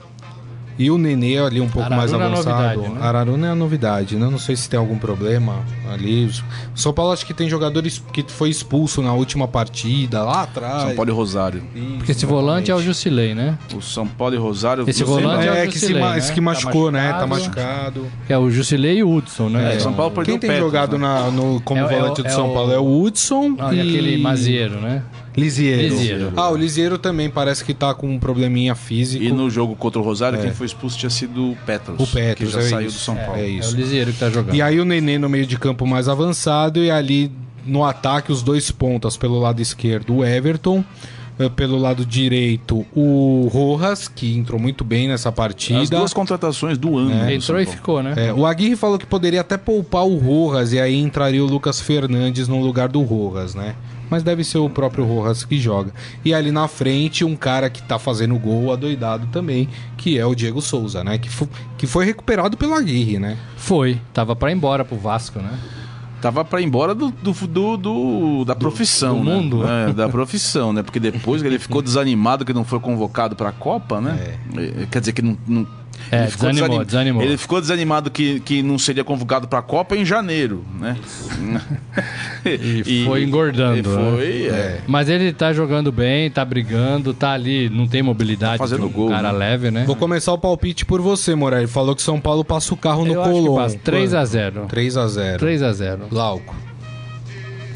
E o Nenê ali um pouco
Araruna é
mais avançado.
novidade, né?
Araruna é a novidade, né? Não sei se tem algum problema ali. O São Paulo acho que tem jogadores que foi expulso na última partida, lá atrás.
São Paulo e Rosário.
Isso,
Porque esse volante é o Jusilei, né?
O São Paulo e Rosário.
Esse
não sei,
volante
mas-
É,
É o
que, se
Jusilei,
ma-
né?
esse que
Tá
machucou, né? Tá
machucado.
machucado.
Que é o Jusilei e o Hudson, né?
É, São Paulo perdeu
Quem tem
Petros,
jogado
né?
na- no, como
É o-
volante do
é
São
o-
Paulo é o Hudson
Ah, e aquele Mazieiro, né?
Lisieiro.
Lisieiro.
Ah, o Lisieiro também parece que tá com um probleminha físico.
E no jogo contra o Rosário, quem foi expulso tinha sido o Petros.
É. O Petros,
Que já
é
saiu
isso.
do São
É,
Paulo.
é isso.
É o Lisieiro que tá jogando.
E aí o Nenê no meio de campo mais avançado e ali no ataque os dois pontas pelo lado esquerdo o Everton, eh, pelo lado direito o Rojas, que entrou muito bem nessa
As
partida.
duas né? contratações do ano. do São
Entrou e
Paulo.
ficou, né?
É, o Aguirre falou que poderia até poupar o Rojas e aí entraria o Lucas Fernandes no lugar do Rojas, né? Mas deve ser o próprio Rojas que joga. E ali na frente, um cara que tá fazendo gol adoidado também, que é o Diego Souza, né? Que, fo- que foi recuperado pelo Aguirre, né?
Foi. Tava pra ir embora pro Vasco, né?
Tava pra ir embora do, do, do- do- da profissão,
do
né?
mundo. <laughs>
É, da profissão, né? Porque depois ele ficou desanimado que não foi convocado pra Copa, né? Eh, Quer dizer que não. não-
É, desanimou,
desanim-
desanimou.
Ele ficou desanimado que, que não seria convocado pra Copa em janeiro, né?
E foi engordando,
<laughs> E foi, é.
Mas ele tá jogando bem, tá brigando, tá ali, não tem mobilidade.
Tá fazendo
pra um
gol,
Cara
né?
leve, né?
Vou começar o palpite por você, Morelli. Falou que São Paulo passa o carro no
Eu acho que
Colombo.
passa 3 a 0
3 a 0.
3 a 0
Glauco.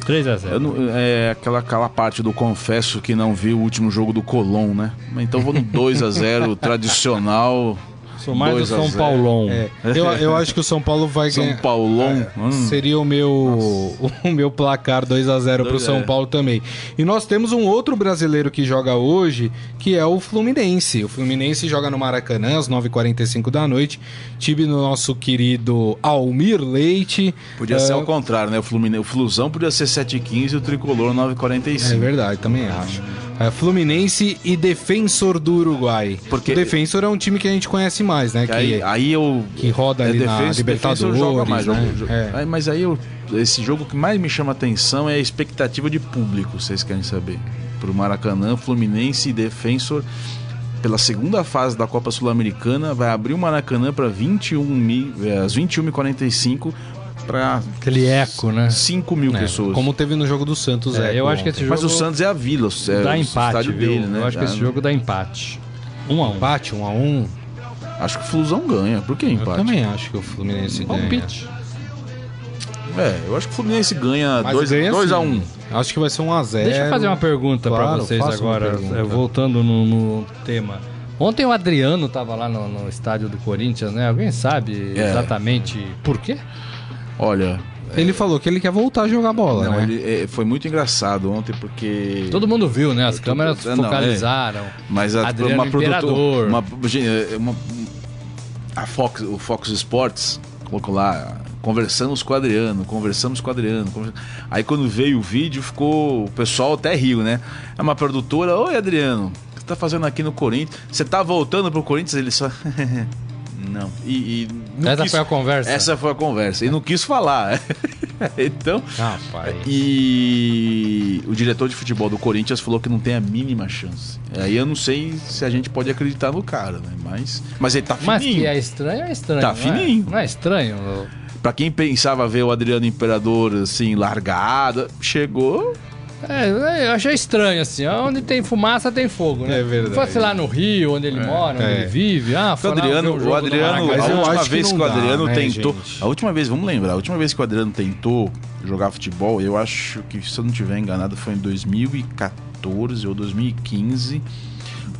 3 a
Eu
0
não- é aquela, aquela parte do confesso que não vi o último jogo do Colom, né? Então vou no 2x0 <laughs> tradicional.
Sou mais do
2 a
São
0.
Paulão.
É, eu, eu acho que o São Paulo vai
São
ganhar. É,
Paulão.
É.
hum.
Seria o meu, <laughs> o meu placar 2 a 0 pro
Dois,
São
é.
Paulo também. E nós temos um outro brasileiro que joga hoje, que é o Fluminense. O Fluminense joga no Maracanã às 9h45 da noite. Time do nosso querido Almir Leite.
Podia
Ah,
ser ao contrário, né? O, Fluminense, o Flusão podia ser 7h15 e o Tricolor
É
9h45.
verdade, também acho. É, Fluminense e Defensor do Uruguai.
Porque-
o Defensor é um time que a gente conhece mais, né?
Que
Que,
aí, aí eu. é
que roda ali na Libertadores,
joga mais,
né?
jogo- jogo-
É.
Aí, mas aí eu, esse jogo que mais me chama atenção é a expectativa de público, vocês querem saber. Pro Maracanã, Fluminense e Defensor, pela segunda fase da Copa Sul-Americana, vai abrir o Maracanã para 21 mil, é, às 21h45 para
Aquele eco, né?
5 mil
É,
pessoas.
como teve no jogo do Santos,
É,
é.
eu
com-
acho que esse jogo
Mas o Santos é a Vila, é
dá
o
empate,
estádio
viu?
dele, né?
Eu acho que
Ah,
esse jogo dá empate. 1 um a 1 um.
empate, um a um.
Acho que o Flusão ganha. Por que empate?
Eu também acho que o
Um
Fluminense ganha.
Palpite.
É, eu acho que o Fluminense ganha
Mas ganha
2x1.
sim. Acho que vai ser um a 0
Deixa eu fazer uma pergunta pra
Claro,
vocês
faça uma
agora,
pergunta.
é, voltando no, no tema. Ontem o Adriano tava lá no, no estádio do Corinthians, né? Alguém sabe
É.
exatamente por quê?
Olha,
Ele falou que ele quer voltar a jogar bola,
não,
né?
ele, é, foi muito engraçado ontem porque.
Todo mundo viu, né? As
tô
câmeras
pensando, não, é.
focalizaram.
Mas a,
Adriano
uma produtora.
Imperador.
Uma, gente, é, uma- a Fox, o Fox Sports colocou lá. Conversamos com o Adriano, conversamos com o Adriano. conversa- Aí quando veio o vídeo, ficou. O pessoal até riu, né? É uma produtora, oi Adriano, o que você tá fazendo aqui no Corinthians? Você tá voltando pro Corinthians? Ele só. <laughs> Não. E, e não
Essa
quis-
foi a conversa.
Essa foi a conversa. E não quis falar. <laughs> então.
Rapaz.
E o diretor de futebol do Corinthians falou que não tem a mínima chance. Aí eu não sei se a gente pode acreditar no cara, né? Mas, mas ele tá
Mas
fininho.
que é estranho, é estranho. não
Tá
é?
fininho.
Não é estranho? ô?
Pra quem pensava ver o Adriano Imperador assim, largado, chegou.
É, eu achei estranho, assim. Onde tem fumaça, tem fogo, né?
É verdade.
Fosse lá no Rio, onde ele mora, onde
é.
ele vive. Ah,
O
foi lá ver
Então, Adriano,
jogo
o
do
Adriano,
Maracanã.
Mas
a
eu
última
acho que
vez que,
não
o
dá,
Adriano
né,
tentou.
gente?
A última vez, vamos lembrar, a última vez que o Adriano tentou jogar futebol, eu acho que, se eu não tiver enganado, foi em 2014 ou 2015,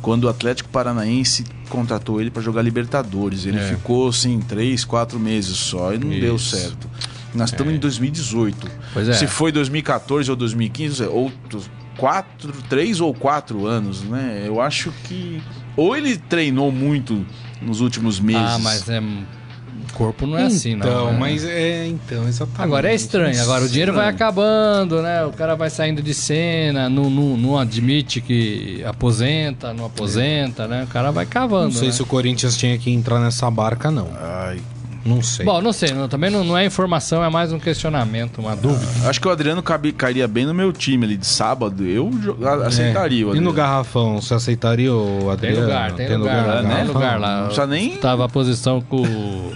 quando o Atlético Paranaense contratou ele para jogar Libertadores. Ele
É.
ficou, assim, três, quatro meses só e não deu certo. Nós estamos em 2018.
É. Pois é.
Se foi 2014 ou 2015, é outros quatro, três ou quatro anos, né? Eu acho que ou ele treinou muito nos últimos meses.
Ah, mas é... o corpo não é assim, não.
Então,
né?
mas é, então, exatamente.
Agora é estranho, agora o dinheiro vai acabando, né? O cara vai saindo de cena, não, não, não admite que aposenta, não aposenta, né? O cara vai cavando.
Não sei
né?
se o Corinthians tinha que entrar nessa barca, não.
Ai,
Não sei.
Bom, não sei, não- também não, não é informação, é mais um questionamento, uma dúvida.
acho que o Adriano cabe- cairia bem no meu time ali de sábado. Eu jo- a- aceitaria. o
É. E
Tá Adriano.
no garrafão, você aceitaria o
Tem
Adriano?
lugar, tem, lugar,
no
lá, tem
garrafão?
lugar lá.
Não precisa nem
Tá.
Tava a posição com. o-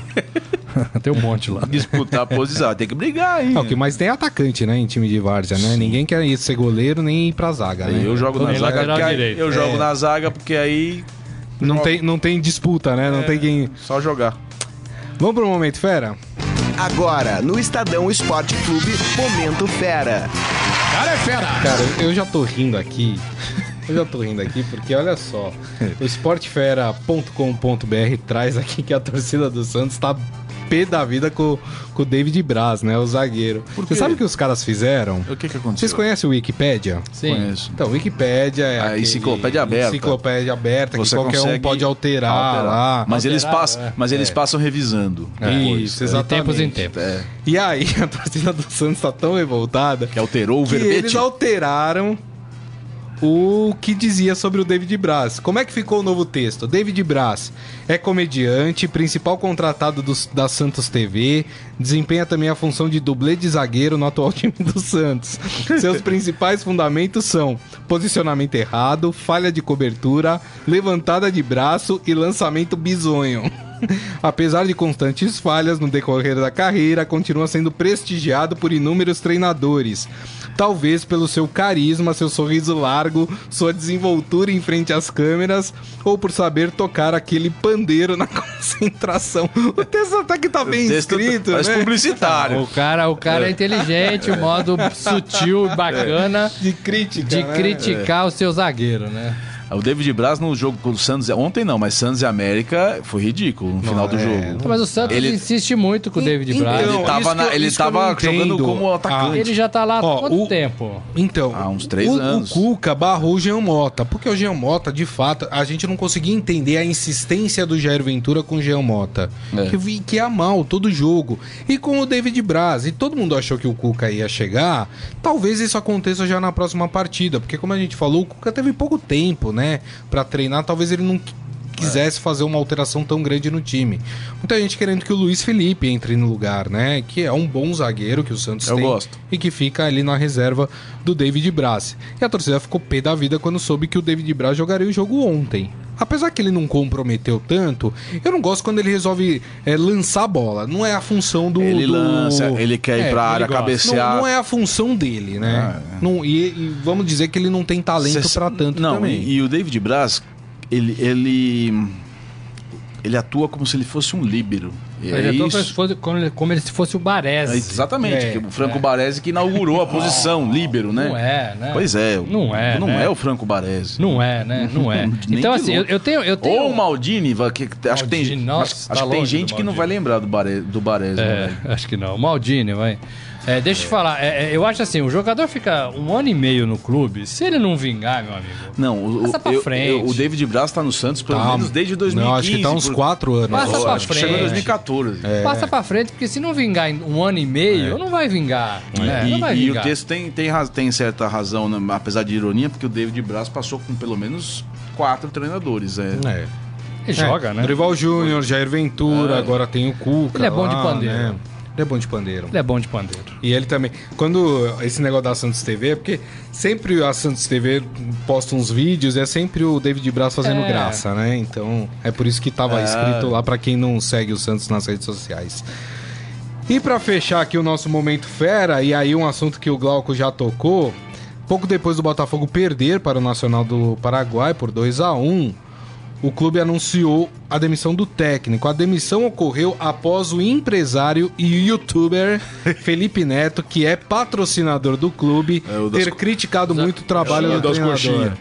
<laughs> tem um monte lá.
disputar a posição. Tem que brigar, hein?
É, o que mais tem é atacante, né, em time de várzea, né? Ninguém quer ir ser goleiro nem ir pra zaga, né?
Eu jogo
Tô
na
bem,
zaga.
lateral
porque aí-
direito.
eu
É.
jogo na zaga porque aí
Não, tem, não tem disputa, né? Não tem quem...
só jogar.
Vamos pro Momento Fera?
Agora, no Estadão Esporte Clube, Momento Fera.
Cara é fera!
Cara, eu já tô rindo aqui. Eu já tô rindo aqui porque olha só, o esportefera.com.br traz aqui que a torcida do Santos tá pé da vida com, com o David Braz, né? O zagueiro.
Por
Você
quê?
sabe o que os caras fizeram?
O que que
Vocês
aconteceu?
conhecem o Wikipédia?
Sim.
Conheço.
Então, Wikipédia é
A
aquele-
enciclopédia aberta.
Enciclopédia aberta que
Você
qualquer um
consegue
pode alterar, lá.
Mas, eles,
Alterar,
passam,
é.
mas eles passam revisando.
É.
depois.
Isso,
É.
De tempos em
exatamente.
tempos.
É.
E aí, <laughs> a torcida do Santos tá tão revoltada
Que alterou o
que eles
verbete.
alteraram o que dizia sobre o David Braz. Como é que ficou o novo texto? David Braz é comediante, principal contratado dos- da Santos TV, desempenha também a função de dublê de zagueiro no atual <laughs> time do Santos. Seus principais fundamentos são posicionamento errado, falha de cobertura, levantada de braço e lançamento bizonho. <laughs> Apesar de constantes falhas no decorrer da carreira, continua sendo prestigiado por inúmeros treinadores. Talvez pelo seu carisma, seu sorriso largo, sua desenvoltura em frente às câmeras, ou por saber tocar aquele pandeiro na <laughs> concentração. O texto até que tá bem
Texto-
escrito,
Parece
né?
publicitário.
O cara, o cara é inteligente, o modo sutil e bacana
De crítica,
de
né?
criticar o seu zagueiro, né?
O David Braz no jogo contra o Santos, ontem não, mas Santos e América foi ridículo no final do
é,
jogo.
Mas o Santos
Ele-
insiste muito com o David Braz.
Então,
ele tava,
isso
na-
que eu-
ele
isso que eu
tava
não
jogando
entendo. Ah,
como atacante.
Ele já tá lá há
Ó,
quanto
o-
tempo?
Então,
Há uns três
o, o
anos.
Cuca barrou o Jean Mota, porque o Jean Mota, de fato, a gente não conseguia entender a insistência do Jair Ventura com o Jean Mota.
É.
Que, vi- que ia mal todo jogo. E com o David Braz, e todo mundo achou que o Cuca ia chegar, talvez isso aconteça já na próxima partida, porque como a gente falou, o Cuca teve pouco tempo, né, Pra treinar, talvez ele não qui- quisesse fazer uma alteração tão grande no time. Muita gente querendo que o Luiz Felipe entre no lugar, né, que é um bom zagueiro que o Santos
Eu
tem
gosto.
e que fica ali na reserva do David Braz. E a torcida ficou pé da vida quando soube que o David Braz jogaria o jogo ontem. Apesar que ele não comprometeu tanto, eu não gosto quando ele resolve é, lançar a bola. Não é a função do.
Ele
do-
lança, ele quer ir
É,
pra
ele
área,
gosta.
cabecear.
Não, não é a função dele, né? Não, e, e vamos dizer que ele não tem talento
Cê-
pra tanto
Ah, é. não,
também.
E, e o David Braz, ele, ele. ele atua como se ele fosse um líbero. E
Ele
é
atua como se
isso.
fosse- como, ele- como ele se fosse o
É,
Baresi.
Exatamente,
É,
que o Franco Baresi que
<laughs>
inaugurou a posição, líbero, né?
Não é, né?
Pois é.
Não é,
Não
né?
é o Franco Baresi.
Não é, né? Não é.
<laughs> Nem
então,
de
assim, eu,
louco.
eu tenho. Eu tenho
Ou o Maldini, va- que, que- acho que tem,
Maldini, nossa,
acho,
tá
acho que tem
longe do
gente que não
Maldini.
vai lembrar do, Bare, do Baresi. né,
É,
velho?
acho que não. Maldini, vai. É, deixa eu te falar, é, é, eu acho assim, o jogador fica um ano e meio no clube, se ele não vingar, meu amigo.
Não, o,
Passa
o-
pra
eu-
frente.
eu- o David Braz tá no Santos pelo
Tá.
menos desde 2015.
não, acho que tá uns
por-
4 anos.
Passa pra
acho que chegou em
frente.
2014.
É.
Passa pra frente, porque se não vingar em um ano e meio, não vai vingar.
É.
né?
E,
Não vai
É. e o
vingar.
texto tem, tem, raz- tem certa razão, né? apesar de ironia, porque o David Braz passou com pelo menos quatro treinadores. É.
É.
Ele joga, né?
Dorival Júnior, Jair Ventura, agora tem o Cuca.
Ele é bom
lá,
de pandeiro.
né? Ele é bom de pandeiro.
Ele é bom de pandeiro.
E ele também. Quando esse negócio da Santos TV, é porque sempre a Santos TV posta uns vídeos, é sempre o David Braz fazendo
É.
graça, né? Então é por isso que tava escrito lá pra quem não segue o Santos nas redes sociais. E pra fechar aqui o nosso momento fera, e aí um assunto que o Glauco já tocou, pouco depois do Botafogo perder para o Nacional do Paraguai por 2 a 1, o clube anunciou a demissão do técnico. A demissão ocorreu após o empresário e
<laughs>
youtuber Felipe Neto, que é patrocinador do clube,
É o das
ter
co-
criticado muito o trabalho do
das
treinador.
coxinhas.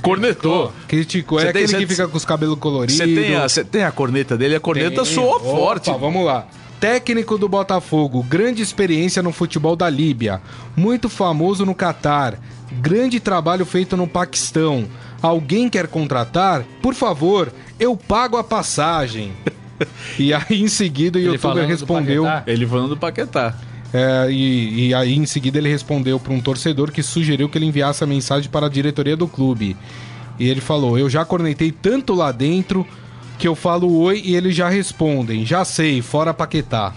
Cornetou.
Criticou, é
Cê tem-
aquele
cê-
que fica com os cabelos coloridos.
Você tem, a- você tem a corneta dele, a corneta
Tem.
soou
Opa,
forte.
Vamos lá. Técnico do Botafogo, grande experiência no futebol da Líbia, muito famoso no Catar, grande trabalho feito no Paquistão. Alguém quer contratar? Por favor, eu pago a
<laughs>
passagem. e aí em seguida o
Ele
youtuber
falando do
respondeu.
Paquetá?
Ele falando do Paquetá.
É, e, e aí em seguida ele respondeu para um torcedor que sugeriu que ele enviasse a mensagem para a diretoria do clube. E ele falou: Eu já cornetei tanto lá dentro que eu falo oi e eles já respondem. Já sei, fora Paquetá.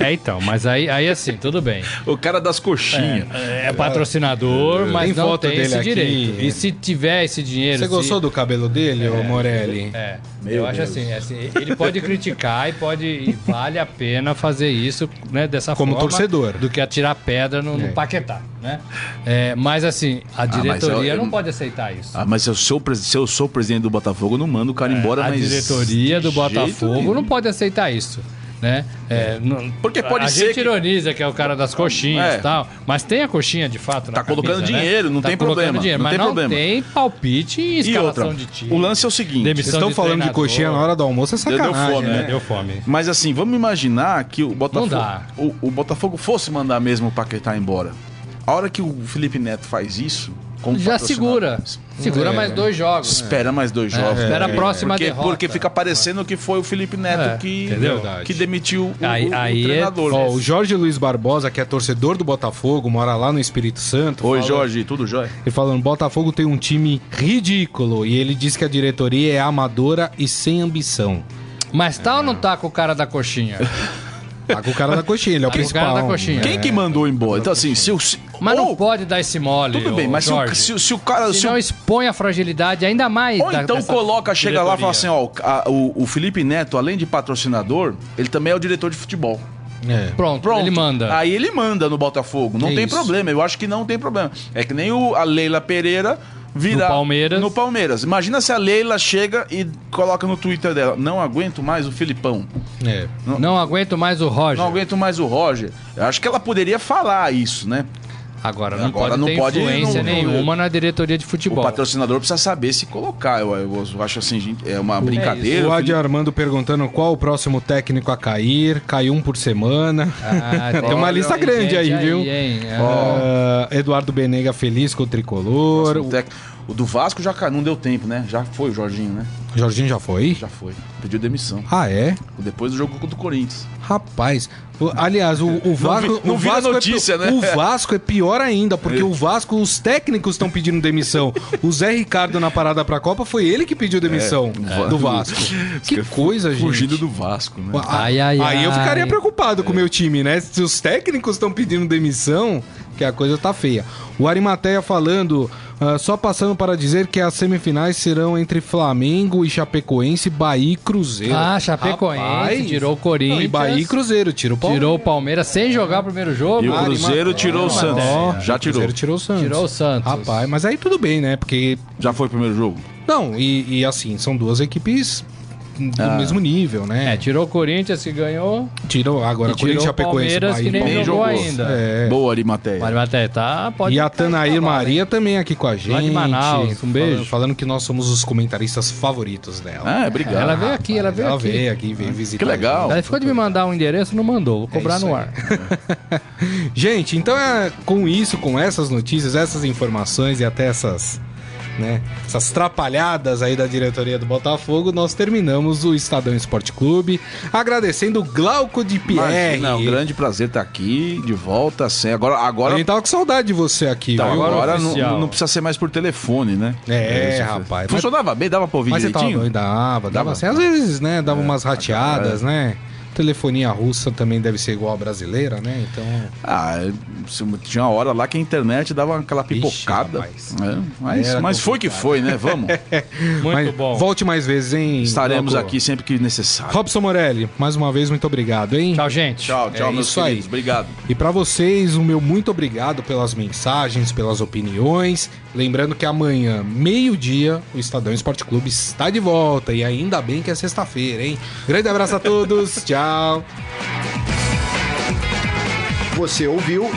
É, então, mas aí, aí assim,
<laughs>
tudo bem.
O cara das coxinhas.
É patrocinador,
Tem
mas não
foto
tem
dele
esse
aqui.
direito. E se tiver esse dinheiro...
Você
se-
gostou do cabelo dele, ô Morelli?
É,
Meu
eu acho
Deus.
assim, é assim, ele pode criticar e pode e vale a pena fazer isso, né, dessa
Como
forma,
torcedor.
do que atirar pedra no, no
É.
Paquetá, né? É, mas assim, a
Ah, mas
diretoria
eu- eu-
não pode aceitar isso.
Ah, mas se eu, sou, pres- se eu sou o presidente do Botafogo, eu não mando o cara embora,
É, a
mas...
diretoria do
de jeito nenhum.
Botafogo não pode aceitar isso. Né? É, não-
Porque pode
a
ser
gente
que-
ironiza que é o cara das coxinhas e
É.
tal, mas tem a coxinha de fato na
Tá colocando
camisa, né?
dinheiro, não
Tá
tem
colocando
problema,
dinheiro,
não
mas
tem
não
problema.
tem palpite e
E
escalação
outra,
de time.
o lance é o seguinte...
Demissão.
Vocês estão
de
falando de
treinador.
coxinha na hora do almoço, é
Deu- deu
sacanagem,
fome,
né?
É, deu fome.
Mas assim, vamos imaginar que o Botafogo,
Não dá.
O, o Botafogo fosse mandar mesmo o Paquetá embora. A hora que o Felipe Neto faz isso, como
Já
patrocinador,
segura. Segura
É.
mais dois jogos.
Espera mais dois jogos.
espera a
porque-
próxima
porque,
derrota.
Porque fica parecendo que foi o Felipe Neto
É,
que,
entendeu?
que demitiu o,
Aí-
o- o
aí é
treinador.
Ó, o Jorge Luiz Barbosa, que é torcedor do Botafogo, mora lá no Espírito Santo.
Oi,
fala-
Jorge, tudo jóia?
Ele falando, Botafogo tem um time ridículo e ele diz que a diretoria é amadora e sem ambição.
Mas tá ou não tá com o cara da coxinha?
Tá com o cara da coxinha, ele é o
Tá com o
principal.
cara da coxinha.
Quem que mandou embora? Então, assim, se o. se-
Mas não
ou-
pode dar esse mole.
Tudo bem,
ô
mas se o,
Jorge.
se, o- se o cara. Se
Senão
o-
expõe a fragilidade ainda mais.
ou
da-
então
dessa
coloca, chega lá e fala assim:
diretoria.
ó, o- a- o, o Felipe Neto, além de patrocinador, ele também é o diretor de futebol.
É.
Pronto,
Pronto.
ele manda.
Aí ele manda no Botafogo. Não
É
tem
isso.
problema. Eu acho que não tem problema. É que nem o, a Leila Pereira vira.
No Palmeiras.
No Palmeiras. Imagina se a Leila chega e coloca no Twitter dela: Não aguento mais o Filipão.
É.
Não aguento mais o Roger.
Não aguento mais o Roger. Eu acho que ela poderia falar isso, né?
Agora não
Agora
pode
não
ter
pode-
influência
não- não-
nenhuma na diretoria de
O
futebol.
patrocinador precisa saber se colocar. Eu, eu- eu acho assim, gente, é uma
O
brincadeira.
Adi Armando perguntando qual o próximo técnico a cair. Caiu um por semana.
Ah,
Tem uma lista
tem
grande
gente
aí, viu?
hein? Ah,
Ah, Eduardo Benega feliz com o tricolor.
assim, O, tec- o do Vasco já ca- não deu tempo, né? Já foi o Jorginho, né?
O Jorginho já foi?
Já foi. Pediu demissão.
Ah, é?
Depois do jogo contra o Corinthians.
Rapaz. O- aliás, o, o Vasco.
vi- não
o
vi a
Vasco
notícia,
é, pi-
né?
O Vasco é pior ainda, porque o Vasco, os técnicos estão pedindo demissão. o Zé Ricardo na parada pra Copa foi ele que pediu demissão
É.
do Vasco. Que coisa, gente.
Fugido do Vasco, né?
Ai, ai,
aí eu
ai.
ficaria preocupado com o meu time, né? Se os técnicos estão pedindo demissão, que a coisa tá feia. O Arimateia falando, ah, só passando para dizer que as semifinais serão entre Flamengo e Chapecoense, Bahia e Cruzeiro.
Ah, Chapecoense tirou o Corinthians.
Não, e Bahia e Cruzeiro, tirou o Palmeiras.
É. Tirou o Palmeiras sem jogar o primeiro jogo. Ah,
E o Cruzeiro tirou o Santos.
Ó,
Já
o
tirou.
Cruzeiro tirou o Santos.
Tirou o Santos.
Rapaz, mas aí tudo bem, né? Porque.
Já foi o primeiro jogo?
Não, e, e assim, são duas equipes do
Ah.
mesmo nível, né?
É, tirou o Corinthians que ganhou.
Tirou agora
e tirou
Corinthians,
o
Chapecoense,
Palmeiras que
Bahia e
nem,
Nem
Palmeiras.
jogou,
jogou.
ainda.
É.
Boa, Arimatéia.
Mas vai até tá, pode
E a
cair pra
Tanair
bola,
Maria também aqui com a gente.
de Manaus, um beijo.
Falando, falando que nós somos os comentaristas favoritos dela.
Ah, obrigado.
Ela veio aqui, ela veio
Ela é
aqui. Ah,
veio aqui, veio visitar.
Que legal.
a gente.
Ela ficou de me mandar um endereço, não mandou. Vou cobrar
isso
no
aí.
ar.
Gente, então é com isso, com essas notícias, essas informações e até essas né, essas trapalhadas aí da diretoria do Botafogo, nós terminamos o Estadão Esporte Clube agradecendo o Glauco de Pierre.
Imagina, é um grande prazer estar aqui, de volta, assim. Agora,
A
agora,
gente tava com saudade de você aqui,
então,
viu?
agora,
Agora
não,
oficial.
não precisa ser mais por telefone, né?
É,
isso,
rapaz, mas-
Funcionava bem, dava pra ouvir
Mas você tava
direitinho?
dava, dava,
Dava. É,
assim, às vezes, né, dava umas rateadas, né? Telefonia russa também deve ser igual a brasileira, né? Então,
Ah, se- tinha uma hora lá que a internet dava aquela
Ixi,
pipocada.
rapaz.
né? mas
Era
mas foi que
complicado.
foi, né?
<laughs>
Vamos.
Muito
mas
bom.
volte mais vezes, hein?
Estaremos
Glauco?
aqui sempre que necessário.
Robson Morelli, mais uma vez muito obrigado, hein?
Tchau, gente.
Tchau, tchau,
É
meus
isso aí.
queridos. Obrigado.
E pra vocês, o meu muito obrigado pelas mensagens, pelas opiniões. Lembrando que amanhã, meio-dia, o Estadão Esporte Clube está de volta. E ainda bem que é sexta-feira, hein? Grande abraço a
<laughs>
todos. Tchau.
Você ouviu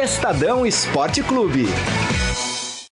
Estadão Esporte Clube.